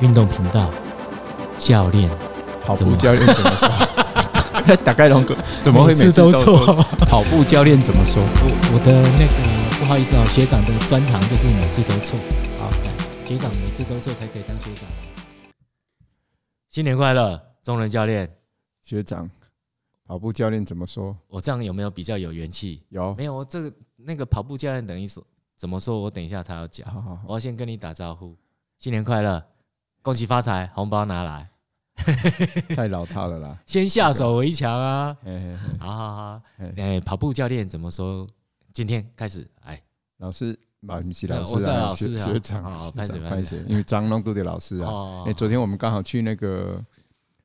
运动频道教练，跑怎么步教练怎么 说？打开龙哥怎么会每次次都都错？错？跑步教练怎么说？我 我的那个不好意思哦，学长的专长就是每次都错。好，来，学长每次都错才可以当学长。新年快乐，中人教练！学长，跑步教练怎么说？我这样有没有比较有元气？有，没有，我这个那个跑步教练等于说怎么说？我等一下他要讲。好好好，我要先跟你打招呼，新年快乐，恭喜发财，红包拿来，太老套了啦。先下手为强啊！嘿嘿嘿好好好，嗯哎、跑步教练怎么说？今天开始，哎，老师，啊，不是对老我师是啊，老师学啊学哦长，拍学谁长拍拍谁谁因为张龙都的老师啊。哦哎、昨天我们刚好去那个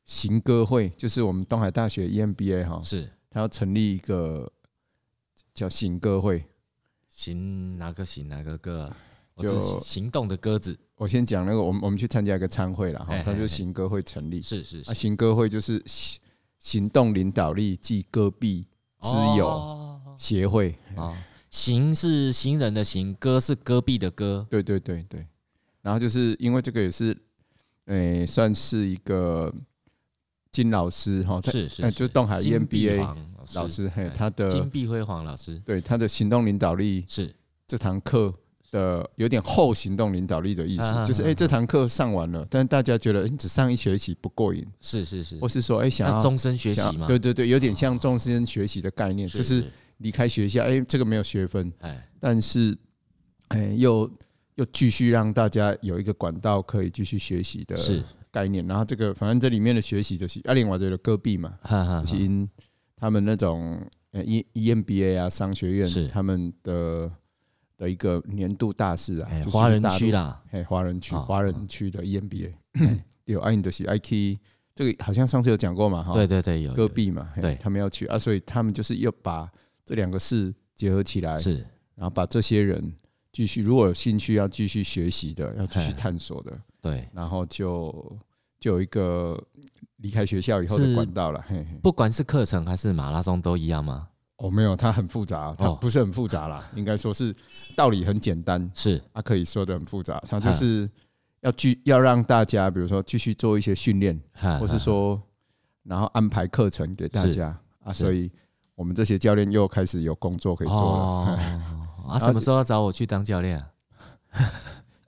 行歌会，就是我们东海大学 E EMBA 哈，是他要成立一个叫行歌会。行哪个行哪个歌啊、我就是行动的鸽子，我先讲那个，我们我们去参加一个参会了嘿哈嘿，他就嘿行歌会成立。是是啊，是，行歌会就是行行动领导力暨戈壁之友哦协会。哦行是行人的行，歌是戈壁的歌，对对对对，然后就是因为这个也是，诶、算是一个金老师哈，他是是哎是，就是东海金 EMBA 碧煌老师老师嘿哎，他的金碧辉煌老师对他的行动领导力是这堂课的有点后行动领导力的意啊啊思，啊就是哎、啊这堂课上完了，但是大家觉得、哎只上一学期不过瘾，是是是或，是说哎、想那要终身学习想要嘛，对对对，有点哦像终身学习的概念，就是离开学校，哎、这个没有学分，哎但是，哎、又又继续让大家有一个管道可以继续学习的是，概念。然后这个反正这里面的学习就是，啊，另外这个戈壁嘛，哈啊哈哈是因他们那种呃 E EMBA 啊商学是院他们的的一个年度大事啊哎，就是华人大陆区，啦，哎哎，华人区，哦华哦人区的 E EMBA 有啊爱你的是 IK，这个好像上次有讲过嘛，哈，对对对，有哦戈有壁嘛，嘿对他们要去啊，所以他们就是要把这两个事结合起来，是然后把这些人继续如果有兴趣要继续学习的，要继续嘿探索的，对，然后就就有一个离开学校以后的是管道了。嘿嘿，不管是课程还是马拉松都一样吗？哦，没有，它很复杂，啊它哦不是很复杂啦，应该说是道理很简单，是它可以说的很复杂，它就是要继要让大家，比如说继续做一些训练，哈，或是哈说然后安排课程给大啊是家啊，是所以我们这些教练又开始有工作可以做了。哦嘿，啊，什么时候要找我去当教练啊？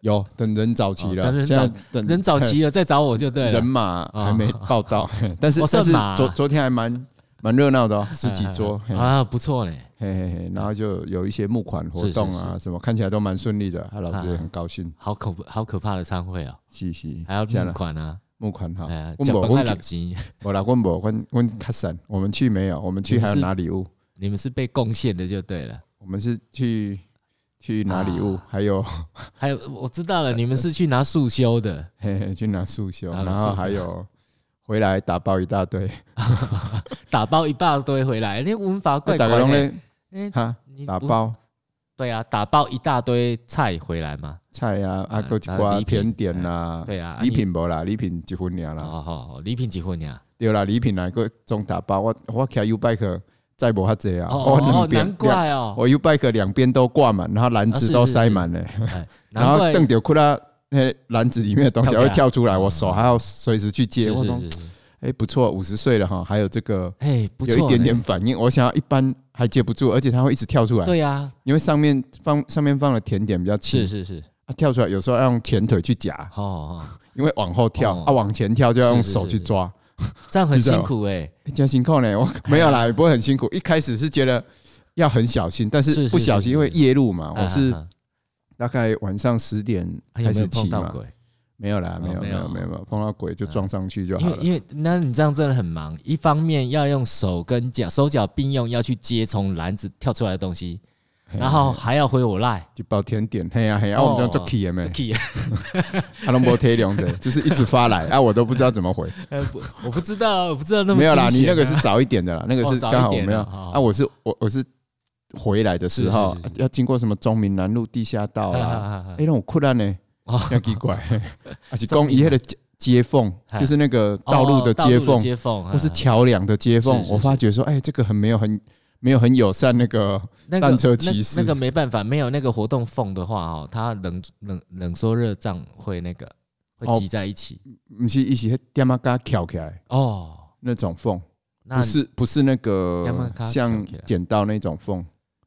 有等人早齐哦等了，人现在早等人早嘿齐了再找我就对了 人。马哦还没报 到，但是哦但是是马昨昨天还蛮蛮热闹 的哦，十几哎哎桌，嘿啊，不错呢，嘿嘿嘿，然后就有一些募款活动是是啊，什么看起来都蛮顺利的，啊，老师也很高兴，好可好可怕的参会哦，是是，还要这样募啦款啊，募款哈哎呀，，我讲们本爱我来们及，我啦，我们我们我们卡散，我们去没有，我们去还要拿礼物， 你们是被贡献的就对了。我们是去去拿礼物啊，还有还有我知道了，你们是去拿束修的，嘿嘿去拿速修，拿了然速后修还有回来打包一大堆，打包一大堆回来，那文法怪打怪个龙的。嘞哎哈，你打文啊包对啊，打包一大堆菜回来嘛。菜啊，啊啊，够一拿挂礼品甜点啦，对啊，啊礼你品无啦，礼品一分尔啦，哦哦，哦礼品结婚呀？对啦，礼品来个总打包，我我开 U bike 再无遐济啊，哦 我哦，两边难两怪哦，我 U bike 两边都挂满，然后篮啊是子都是塞是满了，哎然难后怪邓丢库拉那篮子里面的东西跳起来还哦会跳出来，我手还要随时去接。是我说是是，是哎不错，五十岁了哈，还有这个哎，不有错，一点点。反应，我想要一般还接不住，而且它会一直跳出来，对呀，因为上面放上面放的甜点比较是轻，是是，它跳出来有时候要用前腿去夹，哦哦，因为往后跳哦啊，往前跳就要用是是手是去是抓。这样很你知道辛吗苦哎。欸这样辛 苦呢，我没有啦，也不会很辛苦。一开始是觉得要很小心，但是是是不小心，是因为夜路嘛，啊我是啊大概晚上十点啊有开没有始碰骑到嘛，鬼？没有啦，哦没有没没有有没有没有碰到鬼就撞上去就因好为了。因为那你这样真的很忙，一方面要用手跟脚手脚并用要去接从篮子跳出来的东西，嘿然后还要回我赖，就包甜点，嘿呀嘿呀，啊哦我们这样做 key 没这，key 阿龙波贴两者，就是一直发来，啊，我都不知道怎么回。 呃不我不知道我不知道那么没有啦，清你闲啊那个是早一点的啦，那个哦是早一刚好我点们要啊哦啊，我是我我是回来的时候是是是啊要经过什么中民南路地下啊道啦，哎，那种困难呢。哦像 奇怪，而且讲伊迄个接接缝，哎就是那个道路的哦接缝，接缝，或是啊桥梁的接缝是，是我发觉说，哎，这个很没有很没有很友善那个，那个单车骑士那，那个没办法，没有那个活动缝的话哦，它冷冷冷缩热胀会那个会哦挤在一起不是一起点啊嘎翘起来哦。那种缝，那不是不是那点啊个嘎翘起来像剪刀那种缝，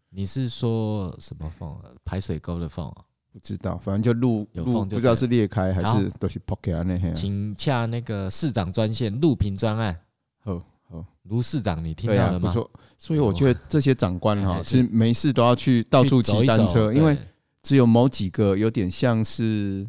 你是说什么缝啊？排水沟的缝啊？不知道，反正就路有路缝就不知道对是裂开还好是都是破开那嘿啊。请洽那个市长专线录屏专案。好好，卢市长，你听对到啊，了不吗？错。所以我觉得这些长官哈，哎其实没事都要去到处去走骑一单走车，因为对只有某几个有点像是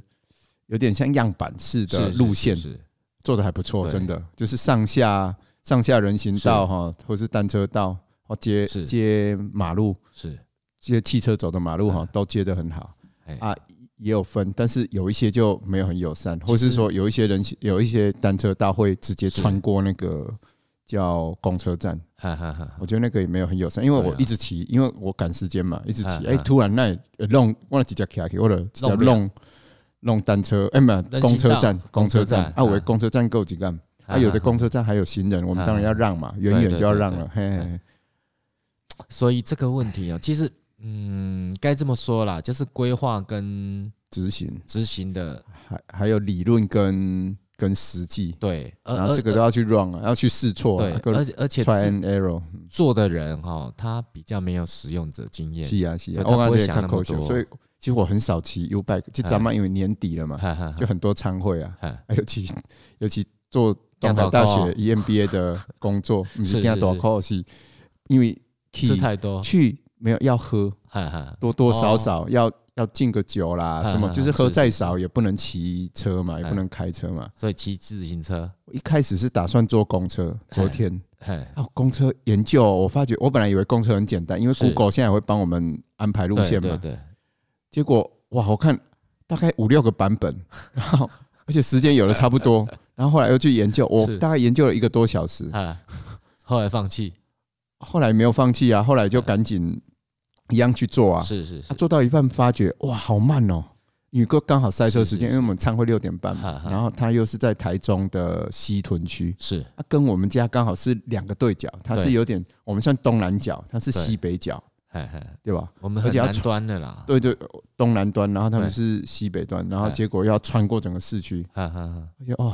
有点像样板式是的是啊路线是，是做的还不错，对真的就是上下上下人行道哈，或是单车道或接是接马路、是，接汽车走的马路哈嗯，都接的很好哎啊，也有分，但是有一些就没有很友善，其或是实说有一些人行有一些单车道会直接是穿过那个叫公车站，哈哈哈哈我觉得那个也没有很友善，因为对我啊一直骑，因为我赶时间嘛，一直骑嗯。哎，嗯突然那里呃弄忘了几架卡去，或者直接弄不了弄弄单车，哎，没有道公车站，公公车车站站啊，我的嗯公车站够几干啊，有的公车站还有行人，我们当然要让嘛，远远就要让了，嗯嘿嘿，嘿所以这个问题哦，其实嗯，该这么说啦，就是规划跟执行执行的还还有理论跟跟实际，对，而然后而这个都要去 run 啊，要去试错呃对啊，，而跟且而且 try 制 and error，做的人哈、他比较没有使用者经验，是啊是所啊以，他我刚不才会也想看那么口球，多哎所以其实我很少骑 U bike，就咱们因为年底了嘛，哈哈哈，啊就很多参会啊，哈啊尤其尤其做东海大学，E EMBA 的 工作，不啊是是惊大考是，因为吃去太多，去没有要喝，哈哈，多多少少要要敬个酒啦，嗯什么嗯就是喝是再是少也不能骑车嘛，也不嗯能开车嘛。所以骑自行车，我一开始是打算坐公车，昨嗯天嘿，啊，公车研究我发觉，我本来以为公车很简单，因为是 Google 现在也会帮我们安排路对线嘛对，对，结果哇，我看大概五六个 版本，然后而且时间有的差不多，然后后来又去研究，我是啊大概研究了一个多小时，哈， 后来放弃，后来没有放弃啊，后来就赶紧一样去做啊，是是是啊，做到一半发觉哇，好慢哦。宇哥刚好塞车时是是间，是因为我们餐会六点半嘛哈，哈然后他又是在台中的西屯区，是他跟我们家刚好是两个对角，他是对有点我们算东南角，他是对西北角，嘿嘿，对吧？我们而很且要南穿端的啦，对对，东南端，然后他们对是西北端，然后哎结果要穿过整个市区，哈哈哈，而且哦，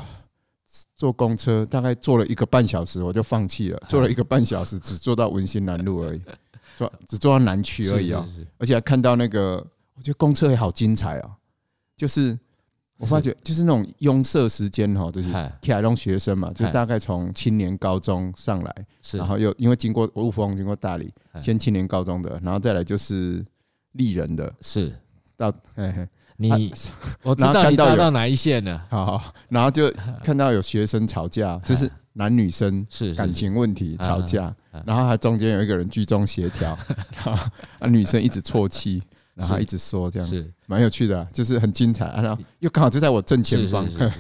坐公车大概坐了一个半小时，我就放弃了，坐了一个半小时，只坐到文心南路而已，坐只坐到南区而已哦是，是是而且还看到那个，我觉得公车也好精彩哦，就是我发觉就是那种拥塞时间哈，就是是嗨凯龙学生嘛，就嗨大概从青年高中上来，是，然后又因为经过雾峰，经过大理，哎先青年高中的，然后再来就是丽人的，是到嘿嘿，你，我知啊然后道看你到搭有到哪一线了，好好，然后就看到有学生吵 架，就是男女生是是感是情问题啊吵架啊，然后还中间有一个人居中 协调，然后啊女生一直啜泣，然后是一直说这样，是蛮有趣的啊，就是很精彩。啊然后又刚好就在我正前是方是，是是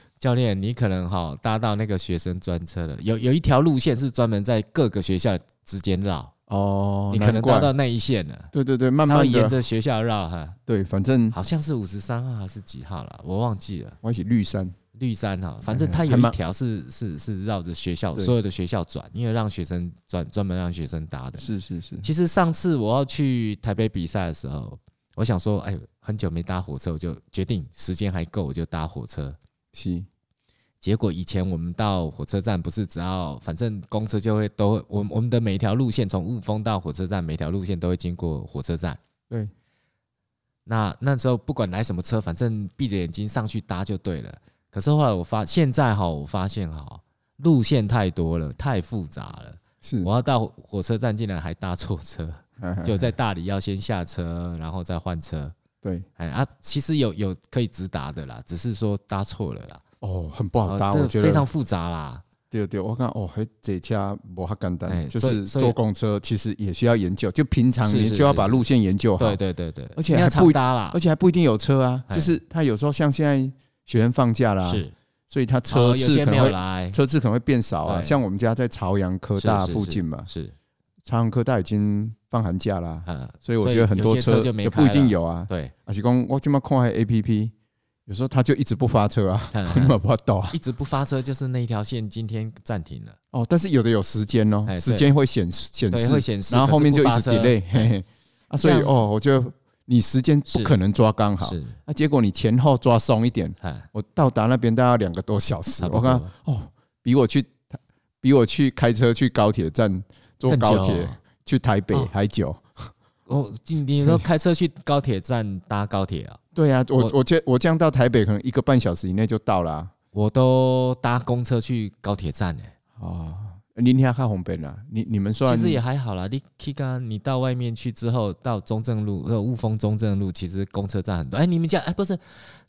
教练，你可能哈、搭到那个学生专车了，有有一条路线是专门在各个学校之间绕，哦，你可能难搭怪到那一线了，对对对，慢他会慢沿的着学校绕哈，对，反正好像是五十三号还是几号了，我忘记了。我一起绿山，绿山哈，反正哎它有还一蛮条是是是绕着学校对所有的学校转，因为让学生专专门让学生搭的。是是是，其实上次我要去台北比赛的时候，我想说，哎，很久没搭火车，我就决定时间还够，我就搭火车。是结果以前我们到火车站不是只要反正公车就会都会，我们我们的每一条路线从雾峰到火车站，每条路线都会经过火车站。对，那那时候不管来什么车，反正闭着眼睛上去搭就对了。可是后来我发现在哈，我发现哈路线太多了，太复杂了。是我，要到火车站竟然还搭错车， 哎哎就在大理要先下车，然后再换车。对哎啊，其实有有可以直达的啦，只是说搭错了啦。哦，很不好哦搭，这我觉非得常复杂啦。对对，我看哦，还这车不哈简哎单，就所以是所以坐公车其实也需要研究，就平常是你是就要是把是路线研究好对，对对对，而且你要还常不一搭啦，而且还不一定有车啊，哎就是他有时候像现在学生放假啦，是所以他哦啊车有次些可没能有会来，车次可能会变少啊，对像我们家在朝阳科大是是附近嘛，是朝阳科大已经放寒假啦，啊，所以我觉得很所多以有些车就没也开不一定了有啊， 对，而且光我今麦看 A P P，有时候他就一直不发车啊， 嗯我没有办法到啊。一直不发车就是那一条线今天暂停了，哦，但是有的有时间哦哎，对时间会显示显对，会示，显示，然后后面就一可直是不发车 delay，嘿嘿啊，所以这样哦，我觉得你时间不是可能抓刚好，是，那、结果你前后抓松一点，哎，我到达那边大概要两个多小时差，不我看多。哦，比我去比我去开车去高铁站坐更久高铁去台北哦还久。哦，你你都开车去高铁站搭高铁啊？对啊，我我我这我这样到台北可能一个半小时以内就到啊啦。我都搭公车去高铁站诶、哦，你你还看红本啦？你啊你们算其实也还好啦。你 K 刚你到外面去之后，到中正路呃雾峰中正路，其实公车站很多。哎、你们家哎、不是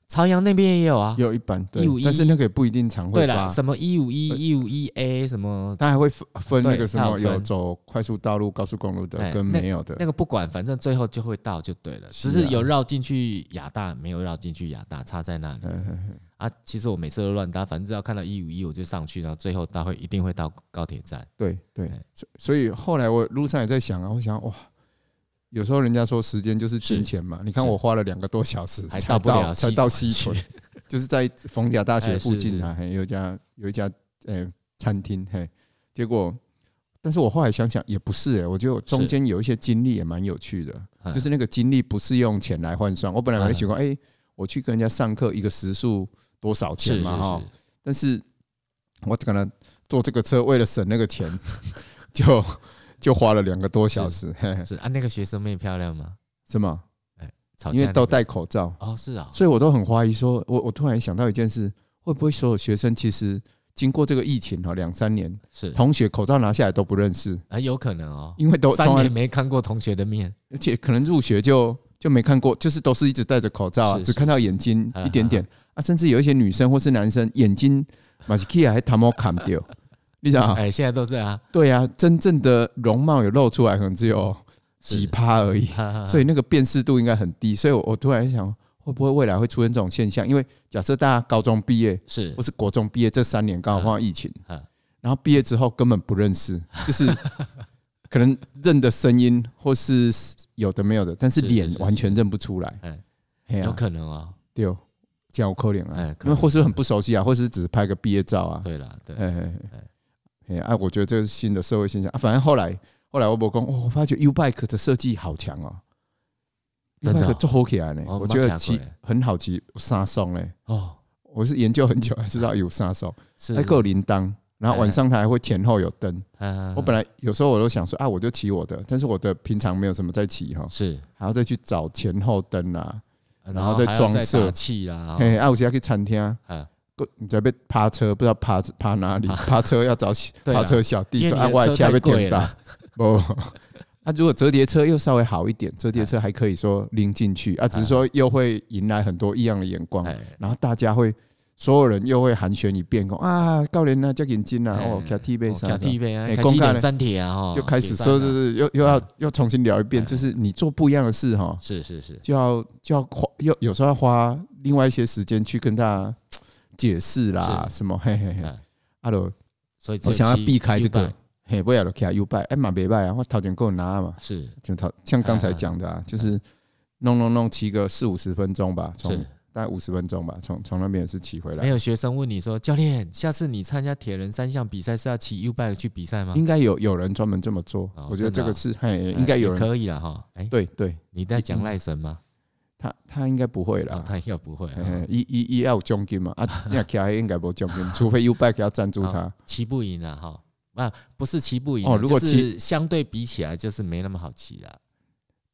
朝阳那边也有啊？有一般对151，但是那个也不一定常对会啦，发。呃什么一五一、一五一 A 什么，他还会分分那对个什它么有分有走快速道路、高速公路的哎跟那没有的那。个不管，反正最后就会到就对了。是只啊是有绕进去亚大，没有绕进去亚大，差在那里嗯嗯 嗯啊。其实我每次都乱搭，反正只要看到一五一我就上去，然后最后到会一定会到高铁 站。对对哎，所所以后来我路上也在想啊，我想哇，有时候人家说时间就是金钱嘛，你看是我花了两个多小时还才到不了才西到屯西屯，就是在逢甲大学哎附是近是啊，嘿有一家有一家呃餐厅，嘿，结果，但是我后来想想也不是哎，我觉得我中是间有一些经历也蛮有趣的， 嗯 就是那个经历不是用钱来换算，我本来还嗯喜欢哎，我去跟人家上课一个时数多少钱是是嘛哈是，，但是我可能坐这个车为了省那个钱， 就就花了两个多小时，嘿嘿是啊，那个学生妹漂亮吗？是吗？吵架因为那都个戴口罩，哦，是啊、所以我都很怀疑说，我我突然想到一件事，会不会所有学生其实经过这个疫情哈两三年，是啊、同学口罩拿下来都不认识，有可能哦，因为都三从来年没看过同学的面，而且可能入学就就没看过，就是都是一直戴着口罩啊，是只看到眼睛是一点点啊，甚至有一些女生或是男生眼睛马斯克还他妈砍掉，你想啊哎、现在都这样啊，对啊，真正的容貌有露出来，可能只有是啊几趴而已，哈哈哈所以那个辨识度应该很低。所以我我突然想，会不会未来会出现这种现象？因为假设大家高中毕业是或是国中毕业这三年刚好碰到疫情嗯嗯，然后毕业之后根本不认 识，就是可能认的声音或是有的没有的，但是是是脸是完全认不出来哎。哎有呀，可能哦。对哦，这样有可怜哎啊，可因能为或是很不熟悉啊，或是只拍个毕业照啊，对了，对，哎哎哎哎啊！我觉得这是新的社会现象啊。反正后来后来我伯公，哦我发觉 U Bike 的设计好强哦，U 真的哦 Bike 做好起来呢，哦我觉没得听骑过耶很好骑，有沙松嘞。哦，我是研究很久才知道有沙松，是哎还有铃铛，然后晚上它还会前后有灯。啊我本来有时候我都想说啊，我就骑我的，但是我的平常没有什么在骑哈，是，还要再去找前后灯啊。然然后再还要装打设气啦，哦嘿，啊，有时要去餐厅啊嗯。啊过你在被趴车，不知道趴趴哪里，趴车要找对啦趴车小弟因为说你啊，的我车的车太被贵点到 了，不，啊，如果折叠车又稍微好一点，折哎叠车还可以说拎进去啊，只是说又会迎来很多异样的眼光，哎， 然后大家会所有人又会寒暄一遍，讲啊，高连啊，叫眼睛啊，哎哦，卡 T 杯小啥啥，弟呗，哎开公始干点嘞三铁啊，哦就开始铁饭说是啊是又又要嗯又重新聊一遍，哎就是你做不一样的事哈，是是是，就要就要花，有有时候要花另外一些时间去跟大家解释啦，什么嘿嘿嘿嗯，阿罗，所以只我有想要骑避开这 U-bike 个，嘿，不要了，卡 U 拜，哎嘛别拜啊，我头前够拿嘛。是就他像刚才讲哎的、啊，就是弄弄弄骑个四五十分钟吧，从是，大概五十分钟吧，从从那边也是骑回没来，有学生问你说，教练，下次你参加铁人三项比赛是要骑 U bike 去比赛吗？应该有有人专门这么做啊哦，我觉得这真的个哦是嘿，哎应该有也人可以了哈，哎，对对，你在讲赖神吗？他他应该不会啊，啦。他应该不会啊，嘿一一一要有奖金嘛 啊，你卡应该无奖金，除非 U bike 要赞助他。骑不赢了哈。啊，不是骑不赢哦啊，如果就骑是相对比起来，就是没那么好骑啦。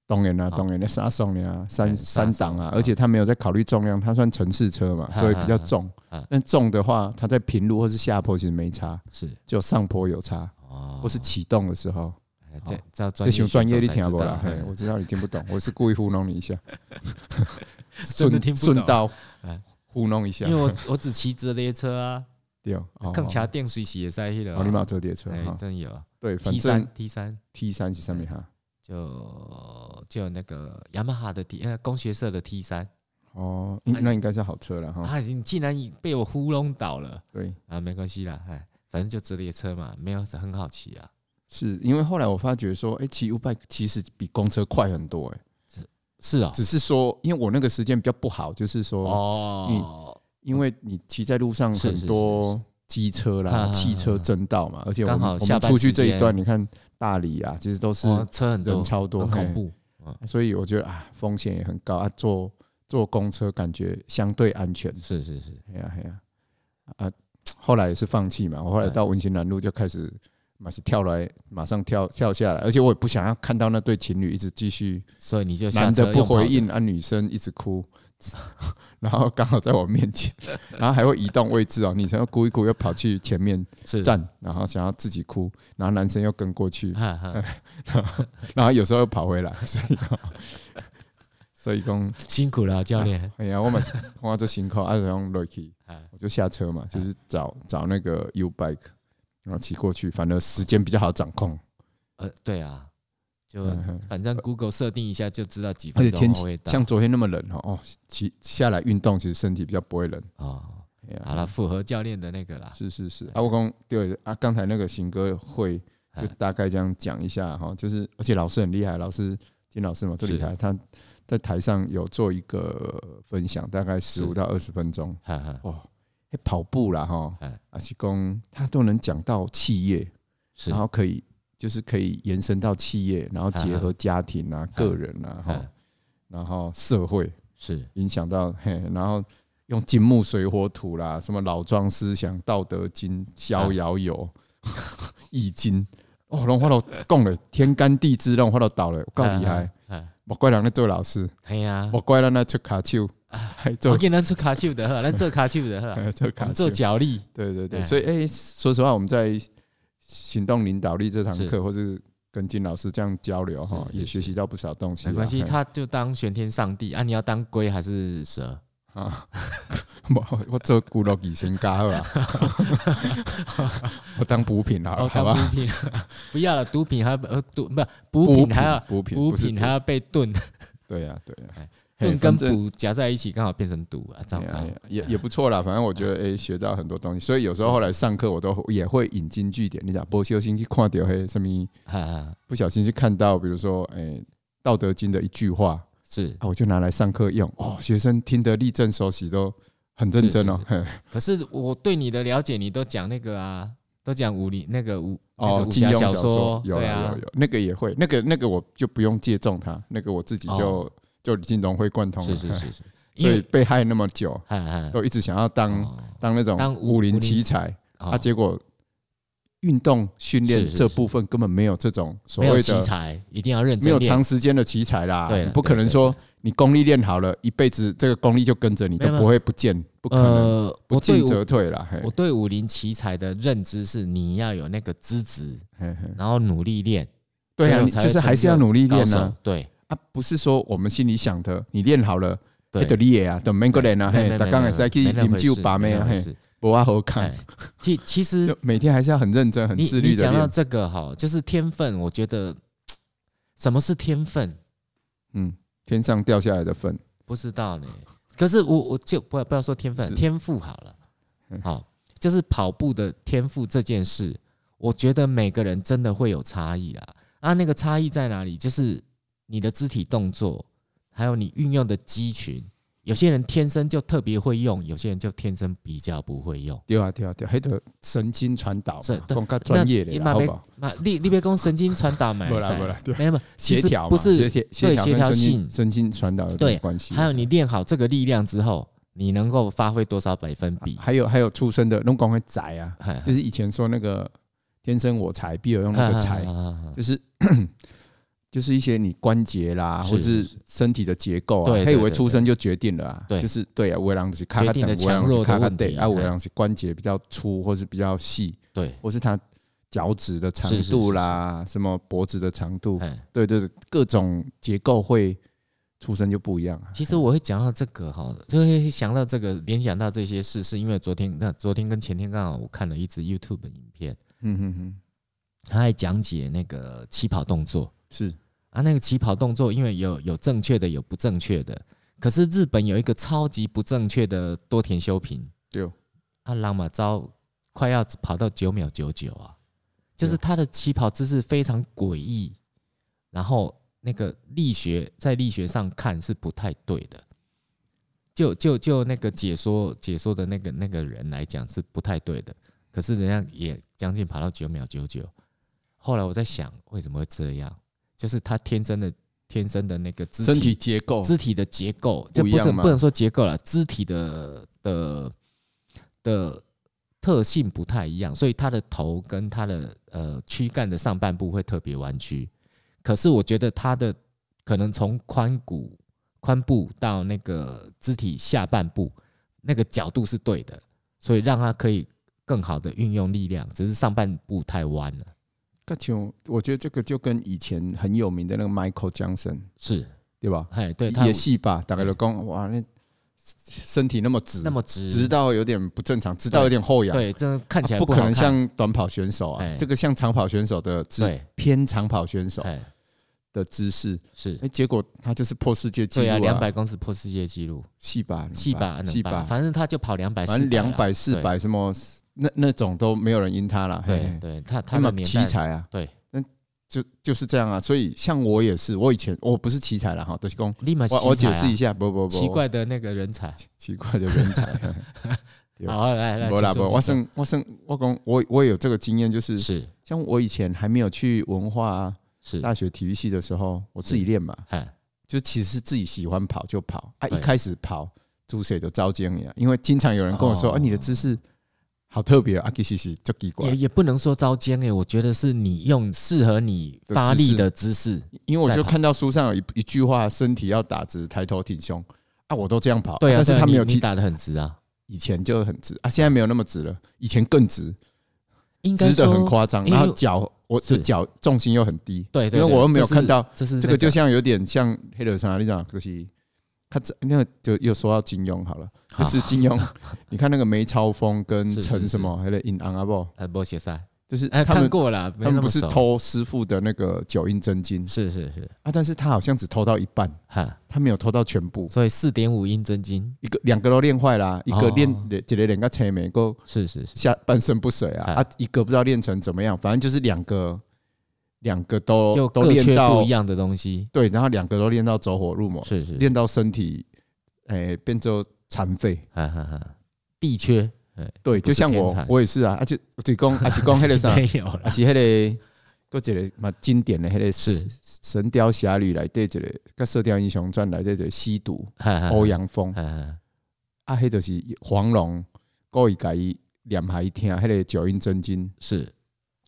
当然啦，好当然那三送的啊，三哦哎三三档啊档，而且他没有在考虑重量，他算城市车嘛，哈所以比哈较哈嗯重哈。但重的话，他在平路或是下坡其实没差，是只有上坡有差，哦，或是启动的时候。哎这这要这专熊专业你听不不啦？嘿，我知道你听不懂，我是故意糊弄你一下， 真的顺听不懂顺道哎糊弄一下因为。我我只骑折叠车啊， 对哦， 哦更卡电水洗也塞去了啊。哦，你买折叠车哎哈，真有啊对，反 T 正三 T 三 T 三是上面哈。就就那个雅马哈的 T 呃工学社的 T 三，哦，应哎那应该是好车了哈。啊，你竟然已被我糊弄倒了对，啊！没关系啦，哎，反正就折叠车嘛，没有很好骑啊。是因为后来我发觉说，哎，骑 U bike 其实比公车快很多，哎，是哦，只是说因为我那个时间比较不好，就是说，哦，因为你骑在路上是很是是多机车哈哈啦、哈汽车争道嘛，而且我刚们好我下们班出去时这一间段，你看大理啊，其实都是哇车很多人，超多，很嘿恐怖。所以我觉得啊，风险也很高啊，坐坐公车感觉相对安全。是是是，哎呀哎呀，啊，后来也是放弃嘛。我后来对到文心南路就开始，马是跳来，马上跳跳下来，而且我也不想要看到那对情侣一直继续所以你就下男的车不用跑回的应，啊，女生一直哭， 然后刚好在我面前，然后还会移动位置哦，女生要哭一哭，又跑去前面是，站，然后想要自己哭，然后男生又跟过去，哈 哈然后有时候又跑回来，所以哦、所以讲，辛苦了教练，哎呀，我嘛是看这辛苦，啊，然后落去 啊，我就下车嘛，就是找找那个 U bike，然后骑过去，反正时间比较好掌控，呃，对啊，就嗯哼反正 Google 设定一下就知道几而分且钟天后气会到像昨天那么冷哦，哦，骑下来运动其实身体比较不会冷。哦。哎呀好了，符合教练的那个啦，是是是，啊，我刚对哎啊，刚才那个行歌会就大概这样讲一下哈，就是而且老师很厉害，老师金老师嘛最厉害，他在台上有做一个分享，大概十是五到二十分钟哈哈，哦，诶跑步啦哈哎，阿西公他都能讲到企业，是然后可以就是可以延伸到企业，然后结合家庭啊、个人啊哈嗯，然后社会是影响到嘿，然后用金木水火土啦，什么老庄思想、道德经、啊逍遥游、 易经，哦，拢我都讲了，天干地支拢我都倒了，有够厉害！嗯，嗯莫怪人咧做老师，哎呀，莫怪人咧出卡手，啊 还我做给咱做卡手的呵，咱做卡手的呵， 做我卡们哦做手，脚力，对对对。哎所以，哎，说实话，我们在行动领导力这堂是课，或是跟金老师这样交流哈，是是也学习到不少东西啊。没关系，嘿他就当玄天上帝啊！你要当龟还是蛇？啊， 我我做古老医生家好啊， 我当补品好了，哦，好当啊吧？补品 不要了，毒品还要呃毒不补补品还要补品补不是品还要被炖 对呀对呀哎，嘿炖跟。反正补夹在一起，刚好变成毒啊！糟哎呀糕哎呀，也也不错啦，反正我觉得哎诶、学到很多东西，所以有时候后来上课我都也会引经据典。你讲不小心去看到嘿什么， 哈哈，不小心去看到，比如说诶、道德经》的一句话是。啊，我就拿来上课用。哦，学生听得立正熟悉，都很认真哦。嘿可是我对你的了解，你都讲那个啊，都讲武林那个武那哦个，武金侠庸小说有对啦啊有，有，那个也会，那个那个我就不用借重他，那个我自己就、就已经融会贯通是了。是 是是，因所以为被害那么久，哈哈，都一直想要当、哦当那种当武武林奇才，哦啊，结果运动训练是是这部分根本没有这种所没有谓奇的。才，一定要认没真有练长。时间的奇才啦，对啦你不可能说你功力练好了，一辈子这个功力就跟着你，没有都不会不见，不可能，呃，不我对进武则退啦。嘿我对武林奇才的认知是，你要有那个资质，嘿嘿然后努力练，对啊，这你种才就是会还是要成就努力高练手啊。对啊，不是说我们心里想的，你练好了，对，得你也啊，等每个人啊，没嘿，没大没刚没也是去没那饮回酒事把妹没啊，那回嘿，事不啊好看哎，其其实就每天还是要很认真、很你自你律的讲到练。这个哈，就是天分，我觉得什么是天分嗯，天上掉下来的粪，不知道呢。可是我我就不要不要说天分，是天赋好了嗯，好，就是跑步的天赋这件事，我觉得每个人真的会有差异啦。啊，那个差异在哪里？就是你的肢体动作，还有你运用的肌群。有些人天生就特别会用，有些人就天生比较不会用。对啊对啊对啊，黑的神经传导是嘛，对讲较专业的你啦，嘛好别不好？那你你别讲神经传导嘛， 不啦塞不啦，对啊没有没有，其协实调嘛不是协对协调协调调跟神性经神经传导有对点关系。啊还有你练好这个力量之后，你能够发挥多少百分比？还有还有出生的，弄光会宅啊，嗨就是以前说那个天生我材必有用那嗯个材，就是 就是一些你关节啦，是或是是是身体的结构对啊，他对以为对出生就决定了啊，对就是对啊，有的人就是咔决咔定等，了有的强人弱是的咔咔问题等，啊，有的哎人是关节比较粗，或是比较细，对，或是他脚趾的长是是度啦，什么脖子的长度，哎，对对，对各种结构会出生就不一样啊。其实我会讲到这个哈，就会想到这个，联想到这些事，是因为昨天那昨天跟前天刚好我看了一支 YouTube 的影片，嗯嗯嗯，他还讲解那个起跑动作是啊，那个起跑动作因为有有正确的，有不正确的，可是日本有一个超级不正确的多田修平，对哦，啊，朗马招快要跑到九秒九九啊，就是他的起跑姿势非常诡异，然后那个力学在力学上看是不太对的，就就就那个解说解说的那个那个人来讲是不太对的，可是人家也将近跑到九秒九九。后来我在想，为什么会这样？就是他天生的天生的那个肢身体结构肢体的结构，哦不就一不样是吗不能说结构了，肢体的的的特性不太一样，所以他的头跟他的呃躯干的上半部会特别弯曲。可是我觉得他的可能从髋骨、髋部到那个肢体下半部那个角度是对的，所以让他可以更好的运用力量，只是上半部太弯了。那像我觉得这个就跟以前很有名的那个 Michael Johnson 是，对吧？哎，对他也戏吧，大概就讲哇，那身体那么直，那么直，直到有点不正常，直到有点后仰，对，真的看起来啊不好可能看像短跑选手啊哎，这个像长跑选手的姿对，偏长跑选手哎，的姿势，是哎，，结果他就是破世界纪对录啊，两百公尺破世界纪录，戏吧，戏吧，能戏吧，吧，反正他就跑两百，反正两百、 400四啦，百什么那那种都没有人赢他了。对嘿对嘿对，他他他的们年奇代，才啊，对，那就就是这样啊。所以像我也是，我以前我不是奇才了哈，都、就是讲立马我我解释一下，下，不不不，啊奇怪的那个人才，奇怪的人才。嘿嘿对好，来来，没啦请不，说我请算我算我讲我我有这个经验，就是说是像我以前还没有去文化、啊是，大学体育系的时候，我自己练嘛，哎，就其实是自己喜欢跑就跑啊。对一开始跑，猪谁都遭奸呀，啊因为经常有人跟我说：“哦啊，你的姿势好特别啊，其实是就奇怪也。也不能说招奸哎，我觉得是你用适合你的发姿力势啊的姿势，”因为我在就跑看到书上有一一句话：“身体要打直，抬头挺胸。”啊，我都这样跑，对啊，但是对啊他没你有你提，打的很直啊，以前就很直啊，现在没有那么直了，以前更直，应该直的很说，夸张，因为然后脚我是就脚重心又很低，对对，因为对我又没有这是看到这是这那个就像有点像黑人啥，你讲就是他这那个就又说到金庸好了，好就是金庸， 你看那个梅超风跟是是陈什么，还有尹昂阿豹，呃波鞋赛，就是哎，他看们过了，没他们那不么是熟，偷师傅的那个九阴真经是是是，啊，但是他好像只偷到一半，哈，他没有偷到全部，所以四点五英真经，一个两个都练坏啦，一个哦练一个练个青梅，够是是是，下半身不遂啊哎啊，一个不知道练成怎么样，反正就是两个两个都就都各练缺到不一样的东西，对，然后两个都练到走火入魔，是是练到身体，诶、变作残废。哈哈哈，必缺，哎对，这不就是像天才我，我也是啊，而且就是讲，而且讲那 个啥，没有而了，且那个，搁一个嘛经典的那个是《神雕侠侣》来对一个，跟《射雕英雄传》来对一个吸毒欧欧，阳锋，哈哈啊，迄就是黄蓉故意甲伊念下伊听，迄个九阴真经，是，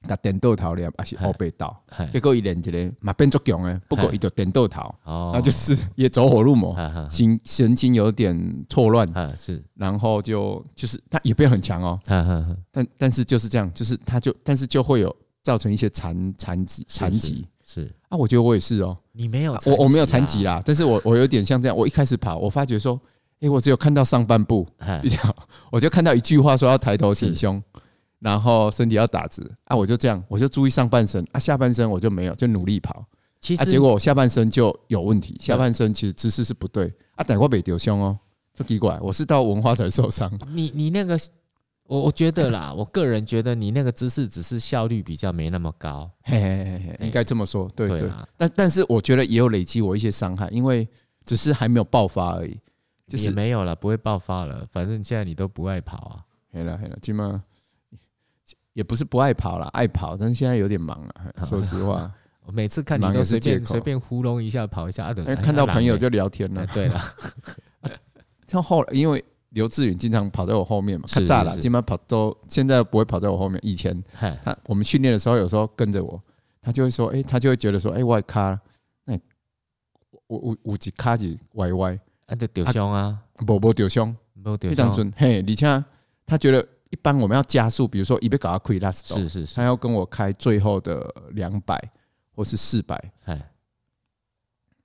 甲颠倒头念，啊还是哎黑白道，嗨结果伊练一个嘛变作强诶，不过哎伊就颠倒头，哦，那就是 也走火入魔。哈哈神神经有点错乱，哈是，然后就就是他也变很强哦，哈哈哈但但是就是这样，就是他就但是就会有造成一些残残疾是残疾是，啊，我觉得我也是哦，你没有啊残疾啊，我我没有残疾啦，但是我我有点像这样，我一开始跑，我发觉说，诶，我只有看到上半部 嗨，比较，我就看到一句话说要抬头挺胸，然后身体要打直啊，我就这样，我就注意上半身啊，下半身我就没有，就努力跑其啊，实嗯结果我下半身就有问题，下半身其实姿势是不对啊，但我没丢胸哦，就奇怪，我是到文化才受伤。你你那个，我我觉得啦，我个人觉得你那个姿势只是效率比较没那么高，嘿嘿嘿嘿，应该这么说，对对。啦，但但是我觉得也有累积我一些伤害，因为只是还没有爆发而已。就也是没有了，不会爆发了，反正现在你都不爱跑啊，没了没了，起码也不是不爱跑啦，爱跑，但是现在有点忙了。好说实话，我每次看你忙都也是随便借口随便糊弄一下跑一下，啊，就哎看到朋友。啊就嗯聊天懒欸了哎。对了，像后来因为刘志远经常跑在我后面嘛，是看炸是了，是今晚跑都现在不会跑在我后面，以前嗨他我们训练的时候，有时候跟着我，他就会说，哎、他就会觉得说，哎、我的卡，那我我我几卡几歪歪，啊，就丢胸啊，无无丢胸，没有丢非常胸，准。嘿，而且他觉得一般我们要加速，比如说一被搞到亏拉斯，是是是，他要跟我开最后的两百或是四百，哎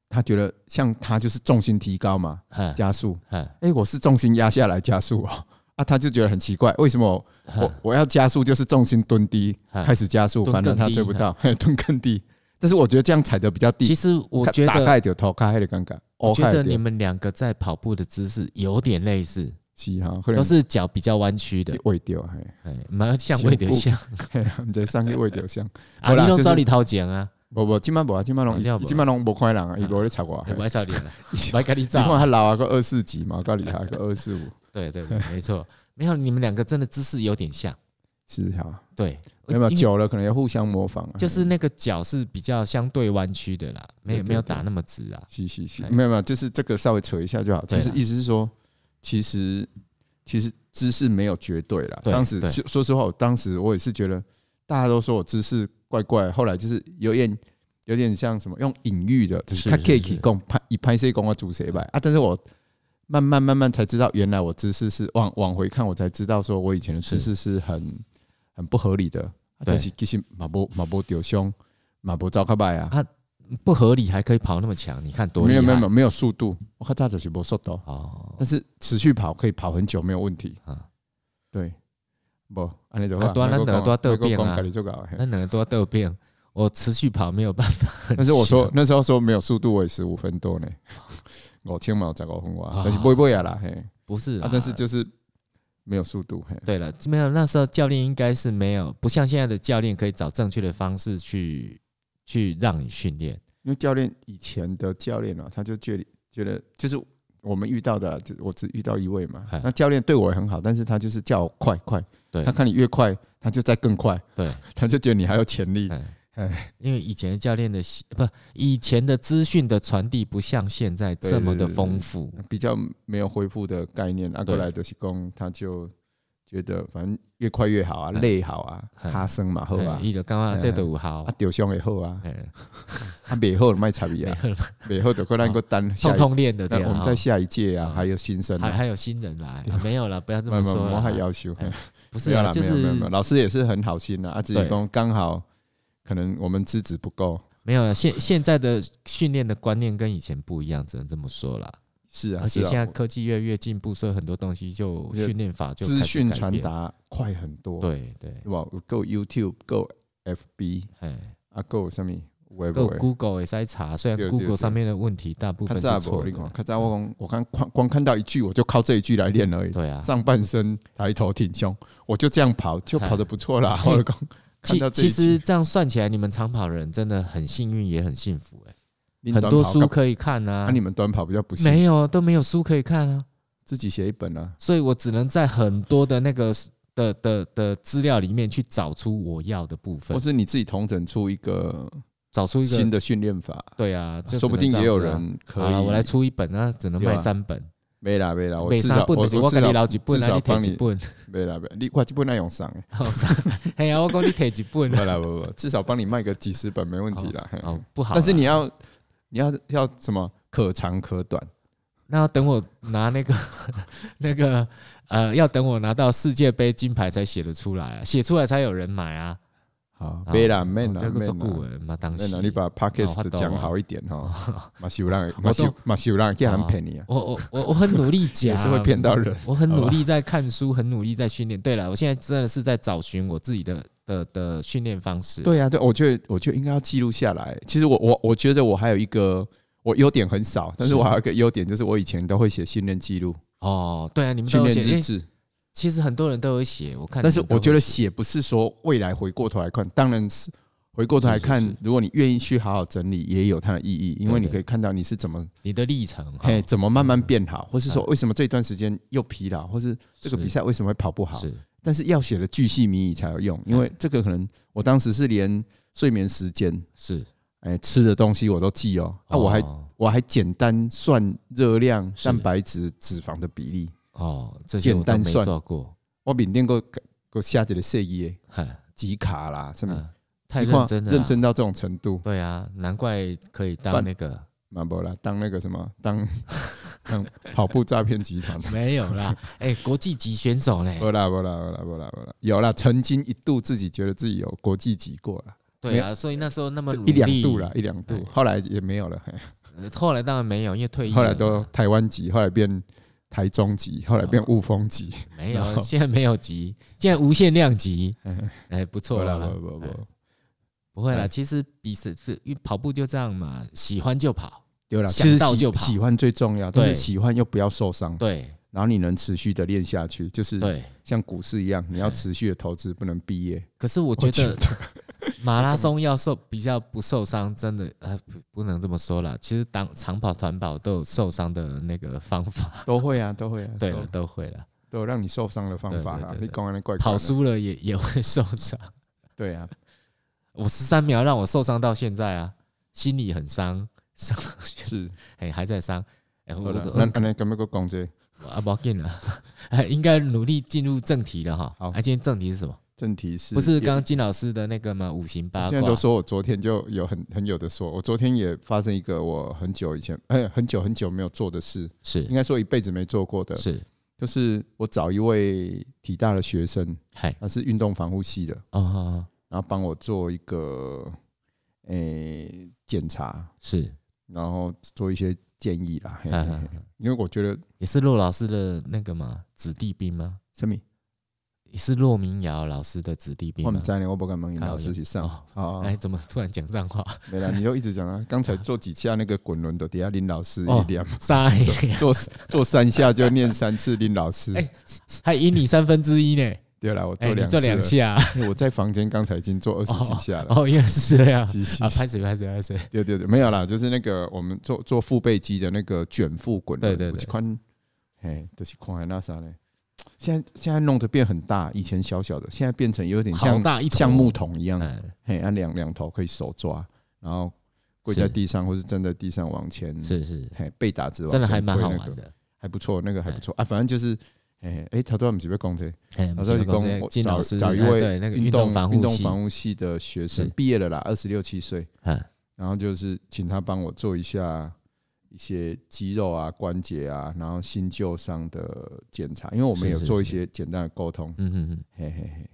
他觉得像他就是重心提高嘛，哎加速。哎哎、我是重心压下来加速哦， 啊，他就觉得很奇怪，为什么我我我要加速就是重心蹲低哎开始加速，蹲反正更他低追不哎到，嘿 蹲更低。但是我觉得这样踩的比较其低，实我看觉打得，开就头开的尴尬，我哦，觉得开你的们两个在跑步的姿势有点类似，是哈，可能都是脚比较弯曲的，喂掉，嘿哎，蛮像魏德像嘿，唔知上去喂掉像。啊，没你啦用就是照你掏钱啊，无无，即摆无啊，即摆拢哦这摆无即摆拢无看人啊，伊无咧插我。哎嘿我要笑脸了， 你我要跟你看照，他老啊，个二四级嘛，够厉害，个二四五。对对对，没错，没有，你们两个真的姿势有点像，是哈，对，没有因为久了可能要互相模仿啊，就是那个脚是比较相对弯曲的啦，没有对对没有对打那么直啊。是是是，哎没有没有，就是这个稍微扯一下就好。对就啦是意思是说，其实其实知识没有绝对啦。对当时对说说实话，我当时我也是觉得大家都说我知识怪怪，后来就是有点有点像什么用隐喻的，就是是他是 k i 是供拍以拍谁供我主谁拜啊。但是我慢慢慢慢才知道，原来我知识是往往回看，我才知道说我以前的知识是很很不合理的。啊对但是其实马波马波丢胸马波糟糕拜啊啊。不合理还可以跑那么强，你看多厉害！没有没有没有没有速度，我看大就是没速度，哦但，是持续跑可以跑很久没有问题。啊，对，不，安尼就啊对啊咱两个都要得病啊就搞。嘿那两个都要得病，我持续跑没有办法很强。啊但是我说那时候说没有速度，我也十五分多呢， 五千嘛，十五分哇啊，但是不会啊啦，嘿，不是啦啊，但是就是没有速度，嘿，对了，没有那时候教练应该是没有，不像现在的教练可以找正确的方式去去让你训练。因为教练以前的教练啊，他就觉得觉得就是我们遇到的啊，就我只遇到一位嘛哎，那教练对我也很好，但是他就是叫我快快，对他看你越快，他就再更快，对， 他就觉得你还有潜力，嗯哎，因为以前的教练的习不，以前的资讯的传递不像现在这么的丰富。比较没有恢复的概念。阿过来德西公他就觉得反正越快越好啊，哎累好啊，哎哈生嘛好啊嗯，，伊就刚刚这都有效啊，丢伤也好啊，嗯，啊袂好卖差别没啊，有了，袂好就过咱个等下痛一，痛练的对那啊我们在下一届啊，嗯还有新生还啊，还有新人来，啊没有了，不要这么慢慢说我还了。要求，哎嘿不是没啊，有啦就没有没有没有是老师也是很好心啊，啊，只是对讲刚好可能我们资质不够，没有了。现现在的训练的观念跟以前不一样，只能这么说了。是啊，而且是啊现在科技越来越进步，所以很多东西就而且训练法就资开始讯改传变，达快很多，，对对，对吧？有够 YouTube，够 FB，哎，啊，够什么？有的够没的 Google 也在查，虽对然对 Google 对上面的问题大部较分早是无错你看，的，较早我讲，我刚光光看到一句，我就靠这一句来练而已。对啊，上半身抬头挺胸，我就这样跑，就跑得不错啦。嘿 我讲，看到其这一其实句，这样算起来，你们长跑人真的很幸运，也很幸福哎、你很短多跑书干可以看嘛啊啊，，你们短跑比较不行，没有都没有书可以看啊，自己写一本啊。所以我只能在很多的那个的的的资料里面去找出我要的部分或，是你自己统整出一个找出一新个的训练法，对啊，就说不只能定这也样有子啊。人可好以。了，我来出一本，那只能对啊卖三本，没啦没啦，我卖至三少本就是我我至跟你少留一本，至啊少你帮摕一你本。 没啦没啦，你我基本那用上诶，哎呀，我讲你摕一本啊没啦不不，至少帮你卖个几十本没问题啦。嘿哦， 不好啦。但是你要你要要什么可长可短，那要等我拿那个 那个呃，要等我拿到世界杯金牌才写得出来啊，写出来才有人买啊。好，啊别啦，免哦啦，这个做免顾啦，问嘛，当免时啦，你把 podcast 讲好一点 哈，马修让马啊我修都马修让 给他们骗你啊，我我我我很努力讲， 也是会骗到人。我很好吧努力在看书，很努力在训练。对了，我现在真的是在找寻我自己的的的训练方式。对啊，对，我觉得我觉得应该要记录下来。其实我我我觉得我还有一个我优点很少，但是我还有一个优点就是我以前都会写训练记录、哦，对啊，你们都训有练写，日诶志，其实很多人都有写，我看你但们是都有写。我觉得写不是说未来回过头来看，当然是回过头来看是是是，如果你愿意去好好整理，也有它的意义，因为对你对可以看到你是怎么你的历程哦哈，嘿，怎么慢慢变好，或是说为什么这段时间又疲劳，或是这个嗯是比赛为什么会跑不好？是但是要写的巨细靡遗才有用，因为嗯这个可能我当时是连睡眠时间、是，哎吃的东西我都记哦，啊，我还哦我还简单算热量、是蛋白质、脂肪的比例，哦，这些我简都单没算做过，我缅甸过过下这个设计的嗨，几卡啦，什么嗯，太你看认真了，认，真到这种程度，对啊，难怪可以当饭那个嘛不啦，当那个什么当 当跑步诈骗集 团。 没有啦，哎，国际级选手嘞，不啦不啦不啦不啦不啦，有啦，曾经一度自己觉得自己有国际级过啦，对啊，所以那时候那么这努一力，哎两度啦，一两度对，后来也没有了，嘿呃后来当然没有，因为退役了嘛，后来都台湾级，后来变台中级，后来变哦雾峰级，没然 有，后现在没有级，现在无限量级， 嗯哎，不不错啦了不，不哎不，不会啦，哎其实比是是因为跑步就这样嘛，喜欢就跑，有啦，想其实到喜就跑喜欢最重要，但是对喜欢又不要受伤，对然后你能持续的练下去，就是对。像股市一样，你要持续的投资，不能毕业。可是我觉我觉得 马拉松要受比较不受伤，真的呃不不能这么说啦。其实当长跑、短跑都有受伤的那个方法， 都会啊，都会啊，对都了，都会了。都有让你受伤的方法啦对对对。对你讲的怪怪的跑，输了也也会受伤。对啊，我十三秒让我受伤到现在啊，心里很伤，伤是。哎、还在伤。哎、 我好啦我那我那干嘛个讲这个啊，不要紧了， 哎，应该努力进入正题了哈。好啊，今天正题是什么？正题是不是刚刚金老师的那个吗？五行八现在都卦。说我昨天就有很很有的说，我昨天也发生一个我很久以前，哎，很久很久没有做的事，是应该说一辈子没做过的，是，就是我找一位体大的学生，嗨，他是运动防护系的，哦哦，哦然后帮我做一个诶检查，是，然后做一些建议啦，嘿嘿嗯嗯嘿因为我觉得也是骆老师的那个嘛，子弟兵吗？什么，也是骆明瑶老师的子弟兵我们吗？在呢，我不敢跟老师去上哦啊，哎，怎么突然讲脏话？没了，你就一直讲啊，刚才做几下那个滚轮的，底下林老师哦一脸傻眼，做做三下就念三次林老师。哎 还赢你三分之一呢！对了，我哎，做你两做次两了，下啊，因为我在房间刚才已经做二十几下 了。哦，原来是这样几几啊！拍谁拍谁拍谁？对对对，没有啦，就是那个我们做做腹背肌的那个卷腹滚轮，对对对宽，哎，就是宽那啥嘞。现在现在弄得变很大，以前小小的，现在变成有点好像大一坨像木桶一样，嗯，嘿，按两两头可以手抓，然后跪是在地上或是站在地上往前，是是，嘿，被打直往真的前还蛮推好那玩个的。还不错，那个还不错啊。反正就是，哎哎，他都不是被攻击，哎，他说不是是攻讲这个金找老师找一哎位对那个运动动防运护动系，防护系的学生是毕业了啦，二十六七岁，嗯然后就是请他帮我做一下一些肌肉啊、关节啊，然后新旧伤的检查，因为我们是有是做一是些简单的沟通，嗯嗯嗯，嘿嘿嘿，